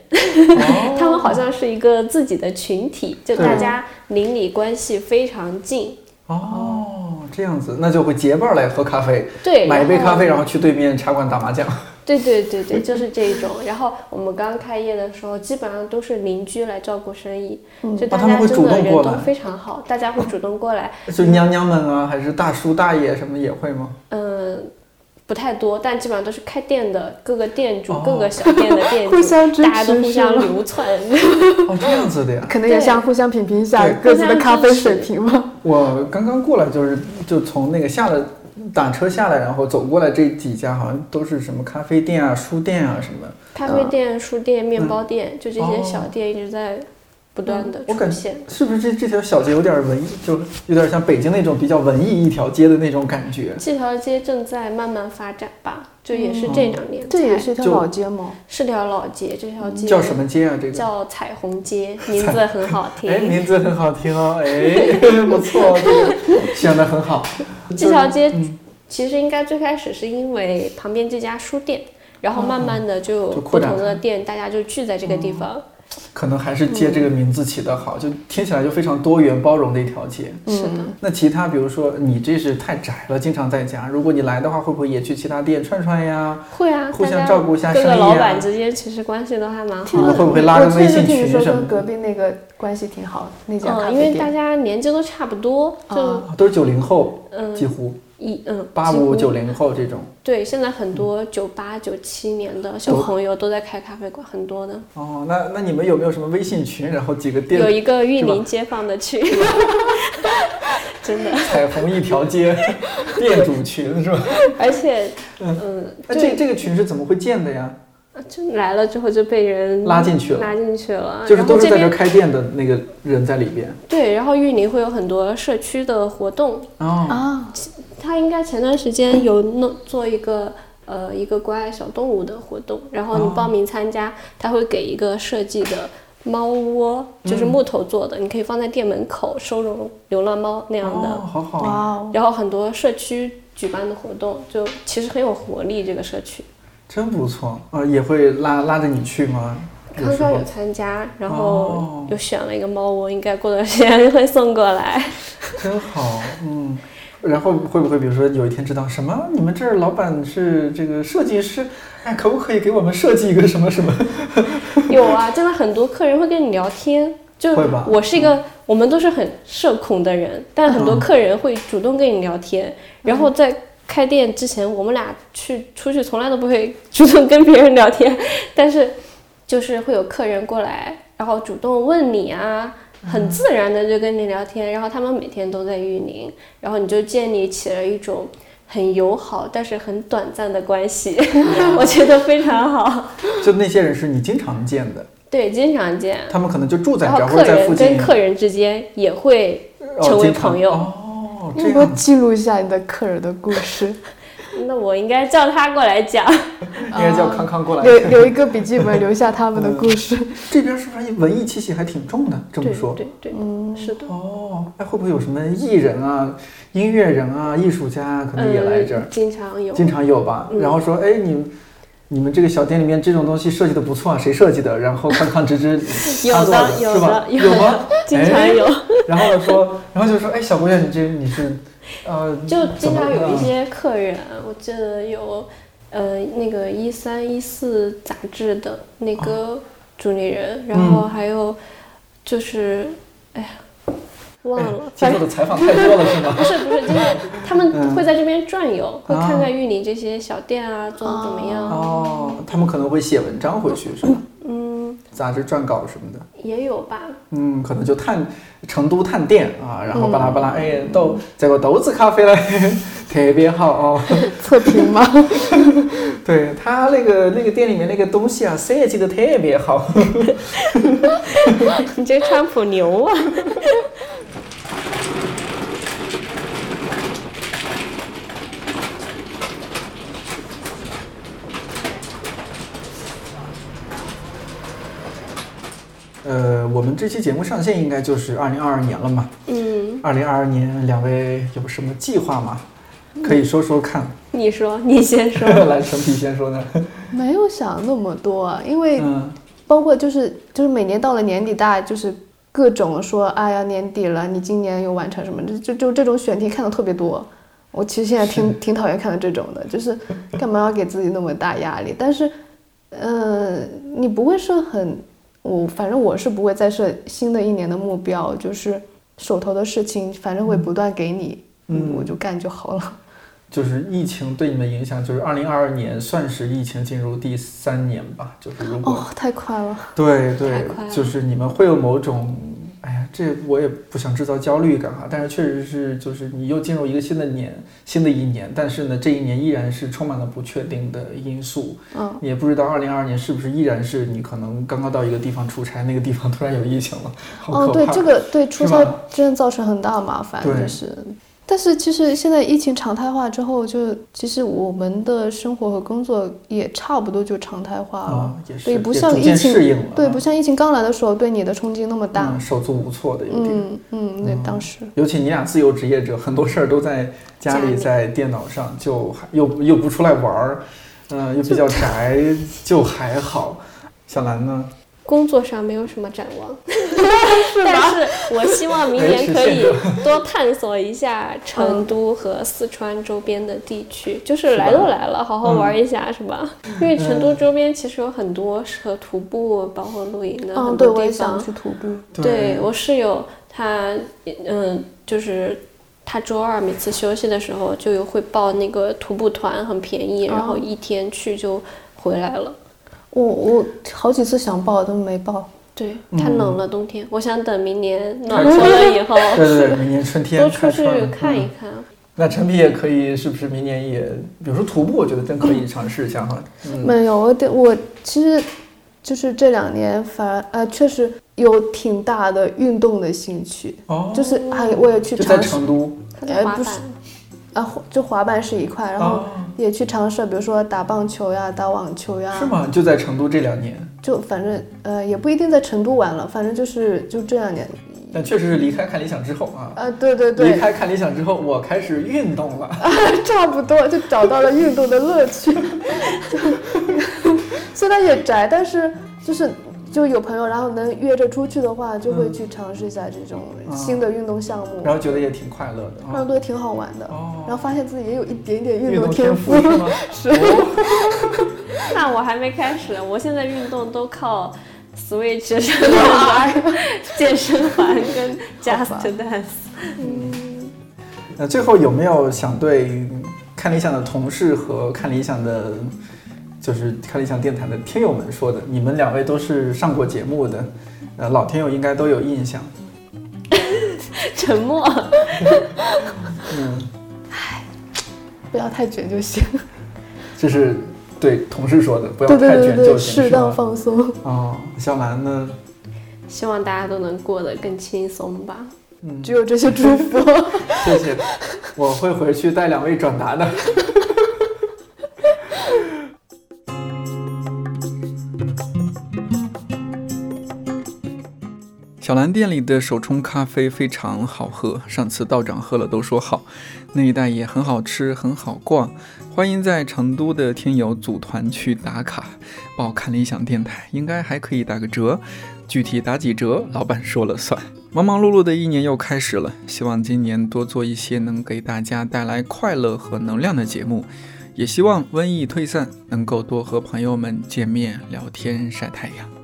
Speaker 2: 哦
Speaker 4: 他们好像是一个自己的群体，就
Speaker 2: 对
Speaker 4: 大家邻里关系非常近。
Speaker 2: 哦，这样子，那就会结伴儿来喝咖啡，
Speaker 4: 对，
Speaker 2: 买一杯
Speaker 4: 然后
Speaker 2: 咖啡，然后去对面茶馆打 麻将。
Speaker 4: 对对对
Speaker 2: 嗯
Speaker 4: 对，就是这一种。然后我们刚开业的时候，基本上都是邻居来照顾生意，就
Speaker 2: 哦
Speaker 4: 大
Speaker 2: 他们
Speaker 4: 家
Speaker 2: 会
Speaker 4: 真
Speaker 2: 主
Speaker 4: 的
Speaker 2: 动
Speaker 4: 人
Speaker 2: 过
Speaker 4: 都
Speaker 2: 来
Speaker 4: 非常好，大家会主动过来。
Speaker 2: 就娘娘们啊，还是大叔大爷什么也会吗？
Speaker 4: 嗯，不太多，但基本上都是开店的各个店主、各个小店的 店主，
Speaker 9: 互相支
Speaker 4: 大家都
Speaker 9: 持
Speaker 4: 互
Speaker 9: 是
Speaker 4: 相
Speaker 9: 吗
Speaker 4: 流窜。
Speaker 2: 哦，这样子的呀。
Speaker 9: 可能也
Speaker 4: 对
Speaker 9: 想互相品评一下
Speaker 2: 对
Speaker 9: 各自
Speaker 4: 互
Speaker 9: 的
Speaker 4: 相
Speaker 9: 咖
Speaker 4: 支
Speaker 9: 啡
Speaker 4: 持
Speaker 9: 水平吧。
Speaker 2: 我刚刚过来就是就从那个下了打车下来，然后走过来这几家好像都是什么咖啡店啊、书店啊什么的。
Speaker 4: 咖啡店、书店、面包店，就这些
Speaker 2: 哦嗯
Speaker 4: 小店一直在不断的
Speaker 2: 我
Speaker 4: 出
Speaker 2: 感
Speaker 4: 现
Speaker 2: 觉。是不是这这条小街有点文艺，就有点像北京那种比较文艺一条街的那种感觉？
Speaker 4: 这条街正在慢慢发展吧，就也是
Speaker 2: 嗯
Speaker 4: 这两年才、
Speaker 9: 这也是一条
Speaker 2: 就
Speaker 9: 老街吗？
Speaker 4: 是条老街，这条街
Speaker 2: 叫什？么街啊？这个？
Speaker 4: 叫彩虹街，名字很好听。
Speaker 2: 哎，名字很好听 哦，哎，不错，这个想的很好。
Speaker 4: 这条街
Speaker 2: 嗯
Speaker 4: 其实应该最开始是因为旁边这家书店，然后慢慢的就有
Speaker 2: 哦就
Speaker 4: 不
Speaker 2: 扩展哦
Speaker 4: 同的
Speaker 2: 开
Speaker 4: 店，大家就聚在这个地方。
Speaker 2: 可能还是街这个名字起得好，就听起来就非常多元包容的一条街。
Speaker 4: 嗯是的，
Speaker 2: 那其他比如说你这是太宅了，经常在家，如果你来的话，会不会也去其他店串串呀？
Speaker 4: 会啊，
Speaker 2: 互
Speaker 4: 大
Speaker 2: 相
Speaker 4: 家
Speaker 2: 照顾一下
Speaker 4: 各
Speaker 2: 生
Speaker 4: 个
Speaker 2: 意
Speaker 4: 老
Speaker 2: 啊
Speaker 4: 板之间其实关系都还蛮好
Speaker 2: 嗯
Speaker 4: 的。
Speaker 2: 会不会拉个
Speaker 9: 我确
Speaker 2: 微
Speaker 9: 实
Speaker 2: 信
Speaker 9: 听你
Speaker 2: 群
Speaker 9: 说
Speaker 2: 什么
Speaker 9: 跟
Speaker 2: 的
Speaker 9: 隔壁那个关系挺好，那家咖
Speaker 4: 嗯，
Speaker 9: 啡
Speaker 4: 因
Speaker 9: 店。
Speaker 4: 为大家年纪都差不多，就
Speaker 9: 啊
Speaker 2: 都是九零后，
Speaker 4: 嗯
Speaker 2: 几乎
Speaker 4: 一嗯
Speaker 2: 八
Speaker 4: 几
Speaker 2: 五
Speaker 4: 乎
Speaker 2: 九零后这种。
Speaker 4: 对，现在很多九八九七年的小
Speaker 2: 都
Speaker 4: 朋友都在开咖啡馆，很多的。
Speaker 2: 哦，那那你们有没有什么微信群？然后几个
Speaker 4: 有
Speaker 2: 店
Speaker 4: 一个玉
Speaker 2: 是吧
Speaker 4: 林街坊的 群， 真的，
Speaker 2: 彩虹一条 街店主群是吧？
Speaker 4: 而且，
Speaker 2: 嗯
Speaker 4: 嗯，
Speaker 2: 那这
Speaker 4: 对，
Speaker 2: 这个群是怎么会建的呀？
Speaker 4: 就来了之后就被人
Speaker 2: 拉进去了
Speaker 4: 拉进去了。
Speaker 2: 就是都
Speaker 4: 啊然
Speaker 2: 是
Speaker 4: 后
Speaker 2: 在
Speaker 4: 这
Speaker 2: 这
Speaker 4: 边
Speaker 2: 开店的那个人在里边。
Speaker 4: 对，然后玉林会有很多社区的活动，
Speaker 2: 哦，
Speaker 9: 啊，
Speaker 4: 他应该前段时间有弄做一个。呃，一个关爱小动物的活动，然后你
Speaker 2: 哦
Speaker 4: 报名参加，他会给一个设计的猫窝，
Speaker 2: 嗯
Speaker 4: 就是木头做的，你可以放在店门口收容流浪猫那样的。
Speaker 2: 哦，好好
Speaker 9: 哇
Speaker 2: 啊。
Speaker 9: 哦，
Speaker 4: 然后很多社区举办的活动，就其实很有活力。这个社区
Speaker 2: 真不错啊、也会拉拉着你去吗？有
Speaker 4: 刚
Speaker 2: 时
Speaker 4: 刚
Speaker 2: 候
Speaker 4: 有参加，然
Speaker 2: 哦
Speaker 4: 后又选了一个猫窝，应该过段时间会送过来。
Speaker 2: 真好，嗯。然后会不会比如说有一天知道什么？你们这儿老板是这个设计师，哎，可不可以给我们设计一个什么什么？
Speaker 4: 有啊，真的很多客人会跟你聊天。就
Speaker 2: 会吧
Speaker 4: 我是一个，我们都是很社恐的人，但很多客人会主动跟你聊天。然后在开店之前，我们俩去出去从来都不会主动跟别人聊天， 但是就是会有客人过来，然后主动问你啊，很自然的就跟你聊天。然后他们每天都在玉林，然后你就建立起了一种很友好但是很短暂的关系， 我觉得非常好。
Speaker 2: 就那些人是你经常见的，
Speaker 4: 对，经常见。
Speaker 2: 他们可能就住在
Speaker 4: 然
Speaker 2: 这
Speaker 4: 后
Speaker 2: 儿，或者
Speaker 4: 客
Speaker 2: 在附
Speaker 4: 人
Speaker 2: 近
Speaker 4: 跟，客人之间也会
Speaker 2: 哦
Speaker 4: 成为
Speaker 2: 经常
Speaker 4: 朋友
Speaker 2: 哦，
Speaker 9: 你
Speaker 2: 这
Speaker 9: 给我
Speaker 2: 样
Speaker 9: 记录一下你的客人的故 事，
Speaker 4: 那我应该叫他过来讲。
Speaker 2: 应该哎叫康康过来。
Speaker 9: 留留一个笔记本，留下他们
Speaker 2: 嗯
Speaker 9: 的故事。
Speaker 2: 这边是不是文艺气息还挺重的？这么
Speaker 4: 对
Speaker 2: 说，
Speaker 4: 对对，是的。
Speaker 2: 哦，哎，会不会有什么艺人啊、音乐人啊、艺术家啊，可能也来这儿？
Speaker 4: 嗯，经常有。
Speaker 2: 经常有吧。
Speaker 4: 嗯
Speaker 2: 然后说，哎，你们你们这个小店里面这种东西设计的不错啊，谁设计的？然后康康直直
Speaker 4: 有
Speaker 2: 他做
Speaker 4: 的有
Speaker 2: 是吧？
Speaker 4: 的有
Speaker 2: 有吗？
Speaker 4: 经常
Speaker 2: 哎
Speaker 4: 有，
Speaker 2: 然后呢说，然后就说，哎，小姑娘，你这你是呃，
Speaker 4: 就经常有一
Speaker 2: 怎么
Speaker 4: 些客人，啊我记得有，呃，那个一三一四杂志的那
Speaker 2: 哦
Speaker 4: 个主理人，然
Speaker 2: 嗯
Speaker 4: 后还有就是，哎呀，忘
Speaker 2: 哎
Speaker 4: 了，
Speaker 2: 接
Speaker 4: 反
Speaker 2: 受的
Speaker 4: 正
Speaker 2: 采访太多了是吗？
Speaker 4: 不是不是，就是他们会在这边转悠，会
Speaker 2: 嗯啊
Speaker 4: 看看玉林这些小店啊，做的怎么样。
Speaker 2: 哦，他们可能会写文章回去是吧？
Speaker 4: 嗯，
Speaker 2: 杂志撰稿什么的。
Speaker 4: 也有吧。
Speaker 2: 嗯，可能就探成都探店啊，然后
Speaker 4: 嗯
Speaker 2: 巴拉巴拉，哎，豆这个豆子咖啡嘞， 特别好哦。
Speaker 9: 测评吗？
Speaker 2: 对他那个那个店里面那个东西啊，设计的特别好。
Speaker 4: 你这个川普 牛啊！
Speaker 2: 呃，我们这期节目上线应该就是二零二二年了嘛。
Speaker 4: 嗯，
Speaker 2: 二零二二年，两位有什么计划吗？可以说说 看。
Speaker 4: 你说，你先说。
Speaker 2: 来，陈皮先说呢。
Speaker 9: 没有想那么多啊，因为
Speaker 2: 嗯，
Speaker 9: 包括就是就是每年到了年底，大家就是各种说，哎呀年底了，你今年有完成什么？就就就这种选题看的特别多。我其实现在挺挺讨厌看到这种的，就是干嘛要给自己那么大压力？但是，嗯、你不会设很，我反正我是不会再设新的一年的目标，就是手头的事情，反正会不断给你，嗯，我就干就好了。
Speaker 2: 就是疫情对你们影响，就是二零二二年算是疫情进入第三年吧，就是如果、
Speaker 6: 哦，太快了，
Speaker 2: 对
Speaker 4: 太
Speaker 2: 对
Speaker 4: 快，了
Speaker 2: 就是你们会有某种，哎呀，这我也不想制造焦虑感哈，啊但是确实是，就是你又进入一个新的年，新的一年，但是呢，这一年依然是充满了不确定的因素，
Speaker 6: 嗯，
Speaker 2: 你也不知道二零二二年是不是依然是你可能刚刚到一个地方出差，那个地方突然有疫情了，好可
Speaker 6: 哦，
Speaker 2: 怕。
Speaker 6: 对，这个对出
Speaker 2: 是
Speaker 6: 差
Speaker 2: 吧
Speaker 6: 真的造成很大麻烦，
Speaker 2: 对
Speaker 6: 就是。但是其实现在疫情常态化之后就，其实我们的生活和工作也差不多就常态化了，
Speaker 2: 啊，也是，
Speaker 6: 对不
Speaker 2: 也
Speaker 6: 像
Speaker 2: 逐
Speaker 6: 疫
Speaker 2: 渐
Speaker 6: 情
Speaker 2: 适应了，啊
Speaker 6: 对，不像疫情刚来的时候对你的冲击那么大
Speaker 2: 嗯，。手足无措的有点。
Speaker 6: 嗯嗯，对，当时
Speaker 2: 尤其你俩自由职业者，很多事儿都在家
Speaker 4: 家
Speaker 2: 里，
Speaker 4: 里
Speaker 2: 在电脑上，就还又又不出来玩儿，嗯、又比较宅，就还好。小兰呢？
Speaker 4: 工作上没有什么展 望，但是我希望明年可以多探索一下成
Speaker 6: 嗯
Speaker 4: 都和四川周边的地区，就是嗯来都来了，好好玩一下是吧？因为成都周边其实有很多适合徒步，包括露营的
Speaker 6: 嗯，
Speaker 4: 很
Speaker 6: 对，
Speaker 4: 多
Speaker 6: 我也
Speaker 4: 地
Speaker 6: 想
Speaker 4: 方。
Speaker 6: 去徒步。
Speaker 4: 对我室友，他嗯，就是他周二每次休息的时候就有会报那个徒步团，很便宜，
Speaker 6: 嗯
Speaker 4: 然后一天去就回来了。
Speaker 6: 我我好几次想报都没报。
Speaker 4: 对，
Speaker 2: 嗯
Speaker 4: 太冷了，冬天。我想等明年暖和了以后，
Speaker 2: 对对 对，明年春天
Speaker 4: 多出
Speaker 2: 开
Speaker 4: 去
Speaker 2: 春了
Speaker 4: 看一
Speaker 2: 嗯
Speaker 4: 看。
Speaker 2: 那陈皮也可以，是不是明年也，比如说徒步，我觉得真可以尝试一下哈。嗯，
Speaker 6: 没有，我得我其实就是这两年反而呃确实有挺大的运动的兴趣，
Speaker 2: 哦，
Speaker 6: 就是还我也去
Speaker 2: 就在
Speaker 6: 尝试哎
Speaker 2: 成都，
Speaker 4: 看看滑
Speaker 6: 不
Speaker 4: 板
Speaker 6: 是啊，滑就滑板是一块，然后
Speaker 2: 哦
Speaker 6: 也去尝试，比如说打棒球呀、打网球呀，
Speaker 2: 是吗？就在成都这两年，
Speaker 6: 就反正呃也不一定在成都玩了，反正就是就这两年，
Speaker 2: 但确实是离开看理想之后啊，
Speaker 6: 呃对对呃
Speaker 2: 离
Speaker 6: 对，
Speaker 2: 开看理想之后，我开始运动了。
Speaker 6: 差不多就找到了运动的乐趣， 就虽然也宅，但是就是。就有朋友，然后能约着出去的话，就会去尝试一下这种新的运动项目，
Speaker 2: 嗯然后觉得也挺快乐的
Speaker 6: 然后
Speaker 2: 啊。
Speaker 6: 都挺好玩的。
Speaker 2: 哦
Speaker 6: 然后发现自己也有一点点
Speaker 2: 运
Speaker 6: 运动
Speaker 2: 天
Speaker 6: 天
Speaker 2: 赋是吗？
Speaker 6: 是
Speaker 4: 那我还没开始，我现在运动都靠 Switch 上面玩，健身环跟 Just Dance。
Speaker 2: 那最后有没有想对看理想的同事和看理想的，就是看理想电台的听友们说的？你们两位都是上过节目的，呃，老听友应该都有印象。
Speaker 4: 沉默，
Speaker 2: 嗯，
Speaker 6: 不要太卷就行。
Speaker 2: 这是对同事说的，不要
Speaker 6: 对
Speaker 2: 太
Speaker 6: 对对
Speaker 2: 卷就
Speaker 6: 对，
Speaker 2: 行，
Speaker 6: 适
Speaker 2: 是
Speaker 6: 当
Speaker 2: 吧？
Speaker 6: 放松。
Speaker 2: 哦，小兰呢？
Speaker 4: 希望大家都能过得更轻松吧。
Speaker 2: 嗯，
Speaker 6: 只有这些祝福。
Speaker 2: 谢谢，我会回去带两位转达的。
Speaker 10: 小蓝店里的手冲咖啡非常好喝，上次道长喝了都说好，那一带也很好吃，很好逛。欢迎在成都的听友组团去打卡，报看理想电台应该还可以打个折，具体打几折，老板说了算。忙忙碌碌的一年又开始了，希望今年多做一些能给大家带来快乐和能量的节目，也希望瘟疫退散，能够多和朋友们见面聊天晒太阳。